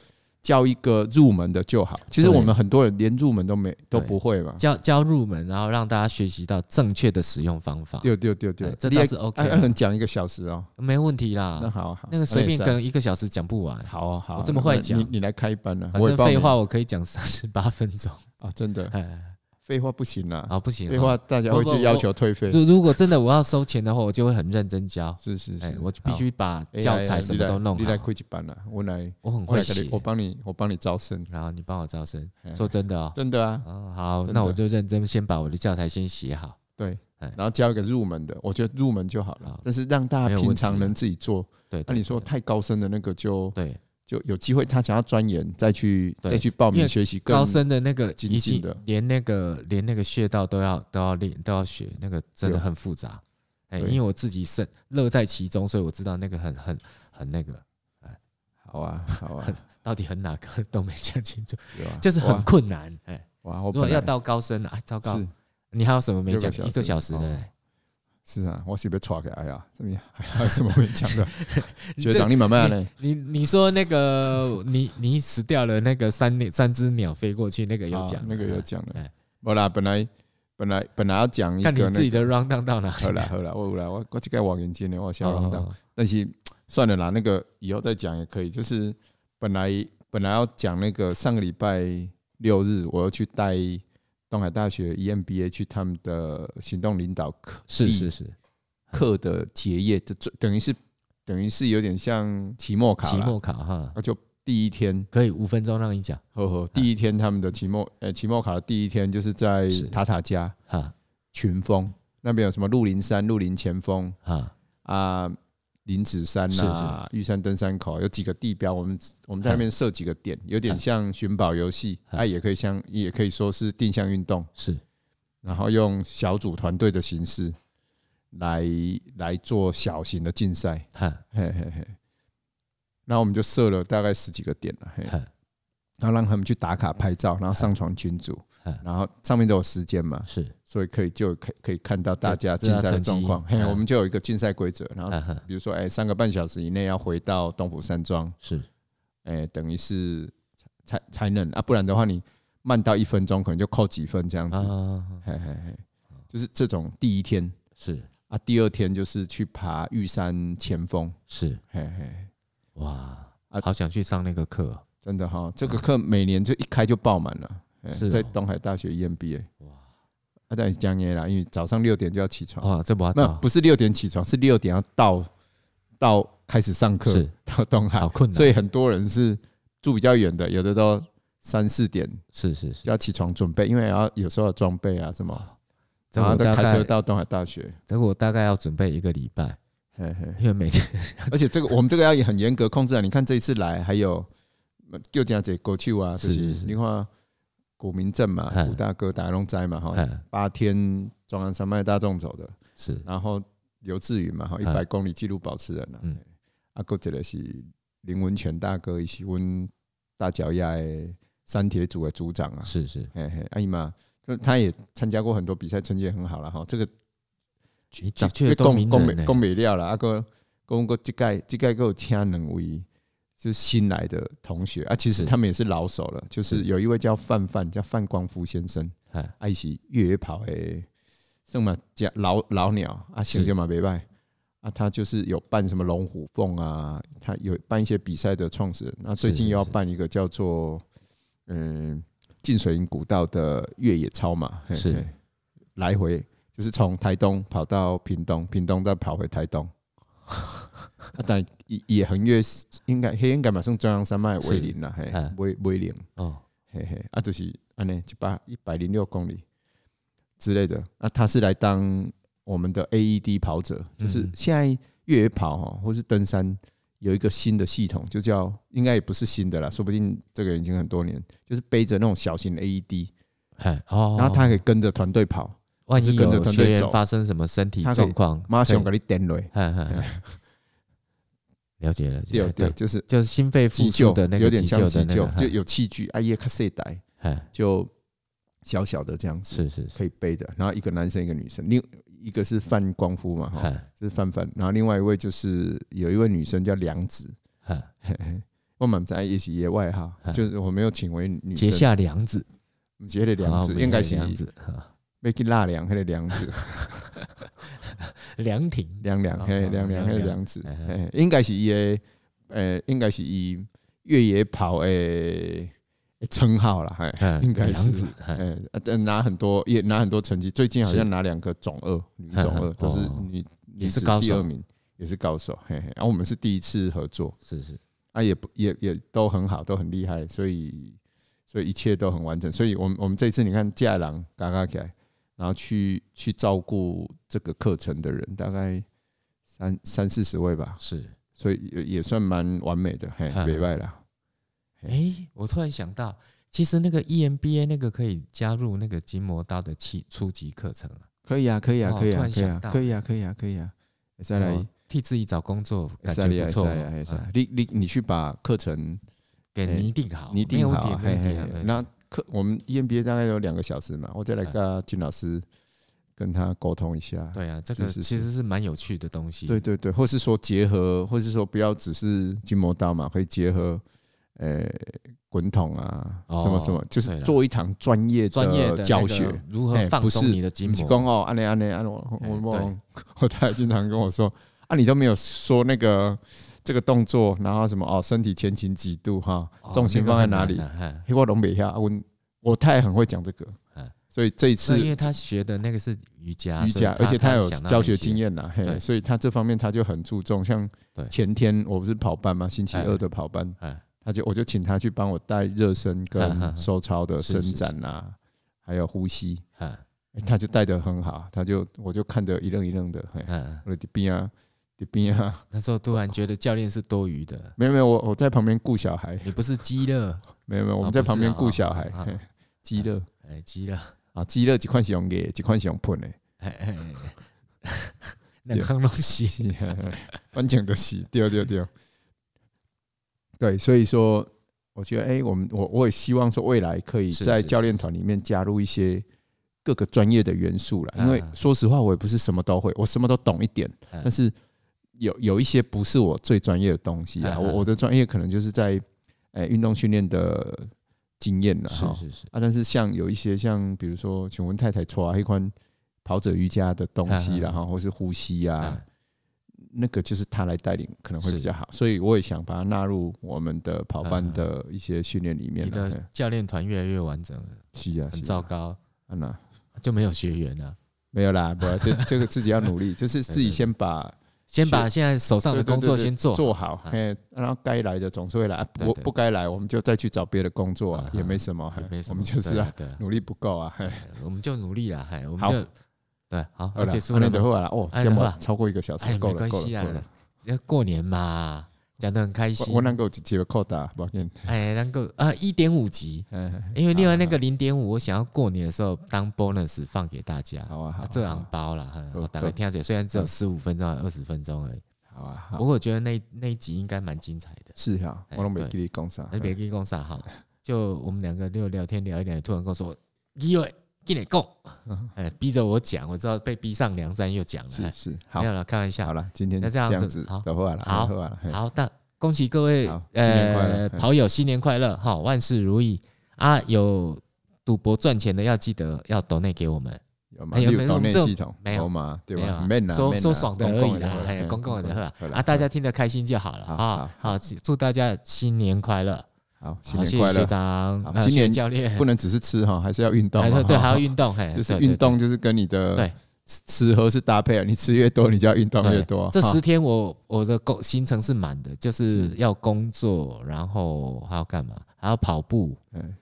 教一个入门的就好。其实对我们很多人连入门都没都对不会嘛。教教入门，然后让大家学习到正确的使用方法，对对对对哎，这你倒也是 OK 哎啦能讲一个小时哦，没问题啦，那好好，那个随便也是啊可能一个小时讲不完，好啊，好啊，我这么会那讲你你来开班了，反我也正报废名话我可以讲三十八分钟。啊，真的哎，废话不行啦，好，不行废啊。话大家不会不去要求退费，就如果真的我要收钱的话，我就会很认真教。是 是哎是，，我就必须把好教哎呀材什么都弄你来你来好。开一班啦，我来我很我会来给写你，，我帮你我帮你招生，然后你帮我招生哎。呀说真的哦，真的啊，哦好，真的那我就认真先把我的教材先写好。对哎，然后教一个入门的，我觉得入门就好了好，但是让大没家有平问题常啊能自己做，对，那对你说太高深的那个就对，就有机会他想要钻研再去对再去报因名为学习更高深的那个精已进经的连那个连那个穴道都要都要练都要学，那个真的对很复杂。哎，对因为我自己身乐在其中，所以我知道那个很很很那个，好啊好啊到底很哪个都没讲清 楚，有啊， 就是很哇困难。哎，哇，我如果本要来到高深了，哎，糟糕是，你还有什么没六个讲小？时一个小时的哎哦嘞，是啊，我是被抓起来呀，怎么样？还有什么没讲的？你学 这长，你慢慢嘞。你你说那个 你你死掉了，那个三鸟三只鸟飞过去，那个 有啊讲、那个有，讲哎的。我啦，本来本来本来要讲一个看你那自己个，的 round down 到哪里。好啦好啦，我有啦，我我这个我眼睛的，我哦小浪荡，但是算了啦，那个以后再讲也可以。就是本来本来要讲那个上个礼拜六日，我要去带东海大学 E EMBA 去他们的行动领导课，是是是，课的结业，这最等于是等于是有点像期末考期啦，末考哈，那就第一天可以五分钟让你讲呵呵，第一天他们的期末，呃、期末考的第一天就是在是塔塔家哈群峰那边有什么鹿林山、鹿林前峰哈，啊、林子山呐、啊、玉山登山口，有几个地标，我们我们在那边设几个点，有点像寻宝游戏，嗯哎、也可以像也可以说是定向运动，是然后用小组团队的形式来来做小型的竞赛，哈嘿嘿嘿。那我们就 设了大概十几个点了，嘿，哈然后让他们去打卡拍照，然后上传群组。嗯然后上面都有时间嘛，是，所以可以就可以可以看到大家对知竞道赛的成绩状况。嘿，嗯我们就有一个竞赛规则，然后嗯哼，比如说，哎，三个半小时以内要回到东浦山庄，是哎，等于是才才才能啊，不然的话你慢到一分钟可能就扣几分这样子。啊，嘿嘿嘿，就是这种第一天是啊，第二天就是去爬玉山前锋，是，嘿嘿，嘿哇啊，好想去上那个课哦，真的哈、这个课每年就一开就爆满了，嘿是哦在东海大学 E EMBA，哇欸哦啊，但是讲也啦，因为早上六点就要起床，哇，这不没有到，不是六点起床，是六点要到到开始上课是到东海好，困难，所以很多人是住比较远的，有的都三四点是是是，就要起床准备，因为要有时候要装备啊什么，这然后哦我再大开车概，到东海大学，这我大概要准备一个礼拜，嘿嘿。因为每天而且这个我们这个要很严格控制啊！你看这一次来还有呃就讲这国球啊，就是是是是你看古明镇嘛，嗯古大哥打龙斋嘛，哈，嗯八天中央山脉大众走的， 是然后刘志宇嘛，哈，一嗯百公里纪录保持人啊嗯，啊，够这个是林文全大哥，伊是阮大脚丫的三铁组的组长啊，是是，嘿嘿，阿姨嘛，就他也参加过很多比赛，成绩也很好了哈，这个你的确都讲名讲人袂呢，讲袂了啦，啊个讲过即届即届还有请两位就是新来的同学啊，其实是他们也是老手了，就是是有一位叫范范，叫范光夫先生，哎啊伊是越野跑诶，算嘛加老老鸟啊，成绩嘛袂歹啊，他就是有办什么龙虎凤啊，他有办一些比赛的创始人，那最是近是又要是办一个叫做嗯进水营古道的越野超嘛，嘿是嘿来回就是从台东跑到屏东，屏东再跑回台 东。啊、但也也横越，应该黑应该嘛算中央山脉的是尾林啦，嘿嗯，尾尾林，哦，嘿嘿，啊，就是安尼一百一百零六公里之类的。啊，他是来当我们的 AED 跑者，就是嗯现在越野跑哈，或是登山有一个新的系统，就叫应该也不是新的啦，说不定这个已经很多年，就是背着那种小型的 AED，哎哦，然后他可以跟着团队跑，万是一跟着有团学队员走发生什么身体他可以状况，马上可给以你点落。哎哎哎，了解了解，对哎对，，就是就是心肺急复救苏的那有个点急像救急的那救个，，就有器具，啊，也卡塞带，哎，就小小的这样子，是是是，可以背着。然后一个男生，一个女生，另一个是范光夫嘛，哈，哎这是范范，然后另外一位就是有一位女生叫梁子，哎，嘿嘿我们在一起野外哈，嗯就是我没有请为女结生，下梁子，结的梁好子我们应该有是梁子，哈要去纳凉，迄个梁子，凉亭，凉凉，好嘿好凉凉，凉迄个凉梁子，嗯嘿应该是伊的，诶，应该是伊越野跑诶称号啦，嘿，哎 应该梁是子，哎诶，啊但拿很多也拿很多成绩，最近好是像拿两个总二，女嗯总二嗯都是哦女女也是子高第手二名，也是高手，嘿嘿，啊然后我们是第一次合作，是是，啊，也不也也都很好，都很厉害，所以所以一切都很完整。所以我们我们这一次你看嫁郎嘎嘎起来，然后去去照顾这个课程的人，大概三三四十位吧，是。所以也也算蛮完美的，嘿，嗯没败啦。哎、我突然想到，其实那个 E EMBA 那个可以加入那个筋膜刀的初初级课程啊，可以啊，可以啊，哦可以突啊，然可以想啊，到可以啊，可以啊，可以啊，再来，哎哦替自己找工作，感再觉来，啊不错再哦。来，再嗯来，你你你去把课程给哎你定好，你定好啊，没有嘿问题，没呃嘿有问嘿题。。那课我们 E EMBA 大概有两个小时嘛，我再来跟呃金老师跟他沟通一下。对啊，这是个是其是实是蛮有趣的东西。对对对，或是说结合，或是说不要只是筋膜刀嘛，可以结合呃滚筒啊，哦什么什么，就是对啦做一堂专业专业的那的个教学。如何哎放不松是你的筋不是膜讲哦，安尼安尼安尼，我我哎我对 我太太经常跟我说，啊，你都没有说那个这个动作，然后什么哦，身体前倾几度哈，哦，重心那个放在很哪难里啊？哈黑我龙北下，啊我我太太很会讲这个哎，所以这一次那因为他学的那个是瑜伽，瑜所以伽，而且他有想到教那学些经，验啦，嘿，对所以他这方面他就很注重。像对前天我不是跑班嘛，星期二哎的跑班，哎，他就我就请他去帮我带热身哈哈跟哈收操的是伸是展啦，还有呼吸，哎，哎他就带的很好，他就我就看得一愣一愣的，嘿，嗯，我的边啊，的边啊，那时候突然觉得教练是多余的，没有没有，我我在旁边顾小孩，你不是鸡了，没 有没有，我们哦在不旁是边啊顾哦小哦孩，哦嘿鸡肋哎，鸡了。啊，鸡肋几款是用给，几款是用喷的。哎哎，哎两样东西 是，啊 反正就是对对对，对，所以说我觉得，哎、我们我我也希望说，未来可以是在是教练团里面加入一些各个专业的元素啦。因为啊说实话，我也不是什么都会，我什么都懂一点，嗯但是有有一些不是我最专业的东西啊。嗯嗯我嗯我的专业可能就是在哎运动训练的经验了是哈。是是，啊，但是像有一些像比如说，请问太太搓啊一款跑者瑜伽的东西啦嗯嗯嗯哈，或是呼吸啊嗯，那个就是他来带领可能会比是较好，所以我也想把它纳入我们的跑班的一些训练里面啊你啦。的嘿教练团越来越完整了，是啊，很是啊糟糕，啊那就没有学员了。没有啦，不， 这这个自己要努力，就是自己先把先把现在手上的对对工对作对先做好，做好，嗯嘿，然后该来的总是会来，啊对不对不该来我们就再去找别的工作啊，嗯也没什么，嘿也没什么，我们就是对啊，，对啊，努力不够啊，嘿，对我们就努力啦，嗨，我们好就对，好，好要啦结束了安内就吗，好啦，哦，安内这就好么啦超过一个小时哎，够没了，关够了，系够了啊。，要过年嘛，讲得很开我心我，能够直接扣打，抱歉。哎，能够啊一点五集，嗯，因为另外那好个零点五，我想要过年的时候当 bonus 放给大家，好啊，好啊啊，这昂包啦，哈好我打开听下去，虽然只有十五分钟、啊二十分钟而已，好啊，不好过我觉得那那一集应该蛮精彩的。是啊，哎我都没给你讲啥。那别跟你讲啥哈，就我们两个就聊天聊一聊，突然跟我说，因为跟你讲，哎，逼着我讲，我知道被逼上梁山又讲了，嗯是哎是，好没，有了，开玩笑好。了，今天那这这样子样子好的话了，好的话了，嘿好，那恭喜各位好新年快乐呃嘿跑友新年快乐哈，万事如意啊！有赌博赚钱的要记得要 donate 给我们，有吗？哎有有没有岛我们内这种系统没有嘛？对没有吧？啊没啦，说免说啦爽的而已啦，嘿哎，公共的喝好啦啊，大家好听得开心就好了好啊！好好，祝大家新年快乐！好，新好，年谢快谢乐学！长好，呃新谢谢年教练不能只是吃哈，还是要运动哎嘛。对对，哈还要运动，嘿，就是对运。对对动，就是跟你的对吃吃喝是搭配啊。你吃越多，你就要运动对越多。这哦哈十天我我的工行程是满的，就是是要工作，然后还要干嘛？还要跑步，嗯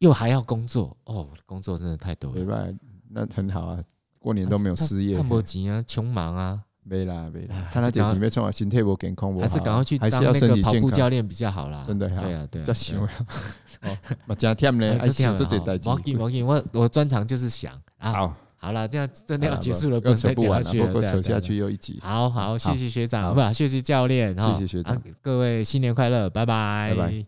又还要工作。哦，工作真的太多礼了，拜那很好啊，过年都没有失业看。不及啊，穷忙啊，没啦没啦哎，还他那是姐赶快姐妹创啊，身体不健康不好啊，还是赶快去还当是要那身个体跑健步教康，练比较好啦。真的哈对啊，对啊，这想要哦，嘛 真忝对呢，啊还想做这这代志。毛巾毛巾，我我专长就是想啊，好，好了，这样真的好要啦结束了，不能不要扯再不讲完下了，去不了，过对啊扯对啊下去又一集。好好，好谢谢学长，好不，谢谢教练，谢哈谢学长啊各位新年快乐，拜拜，拜拜。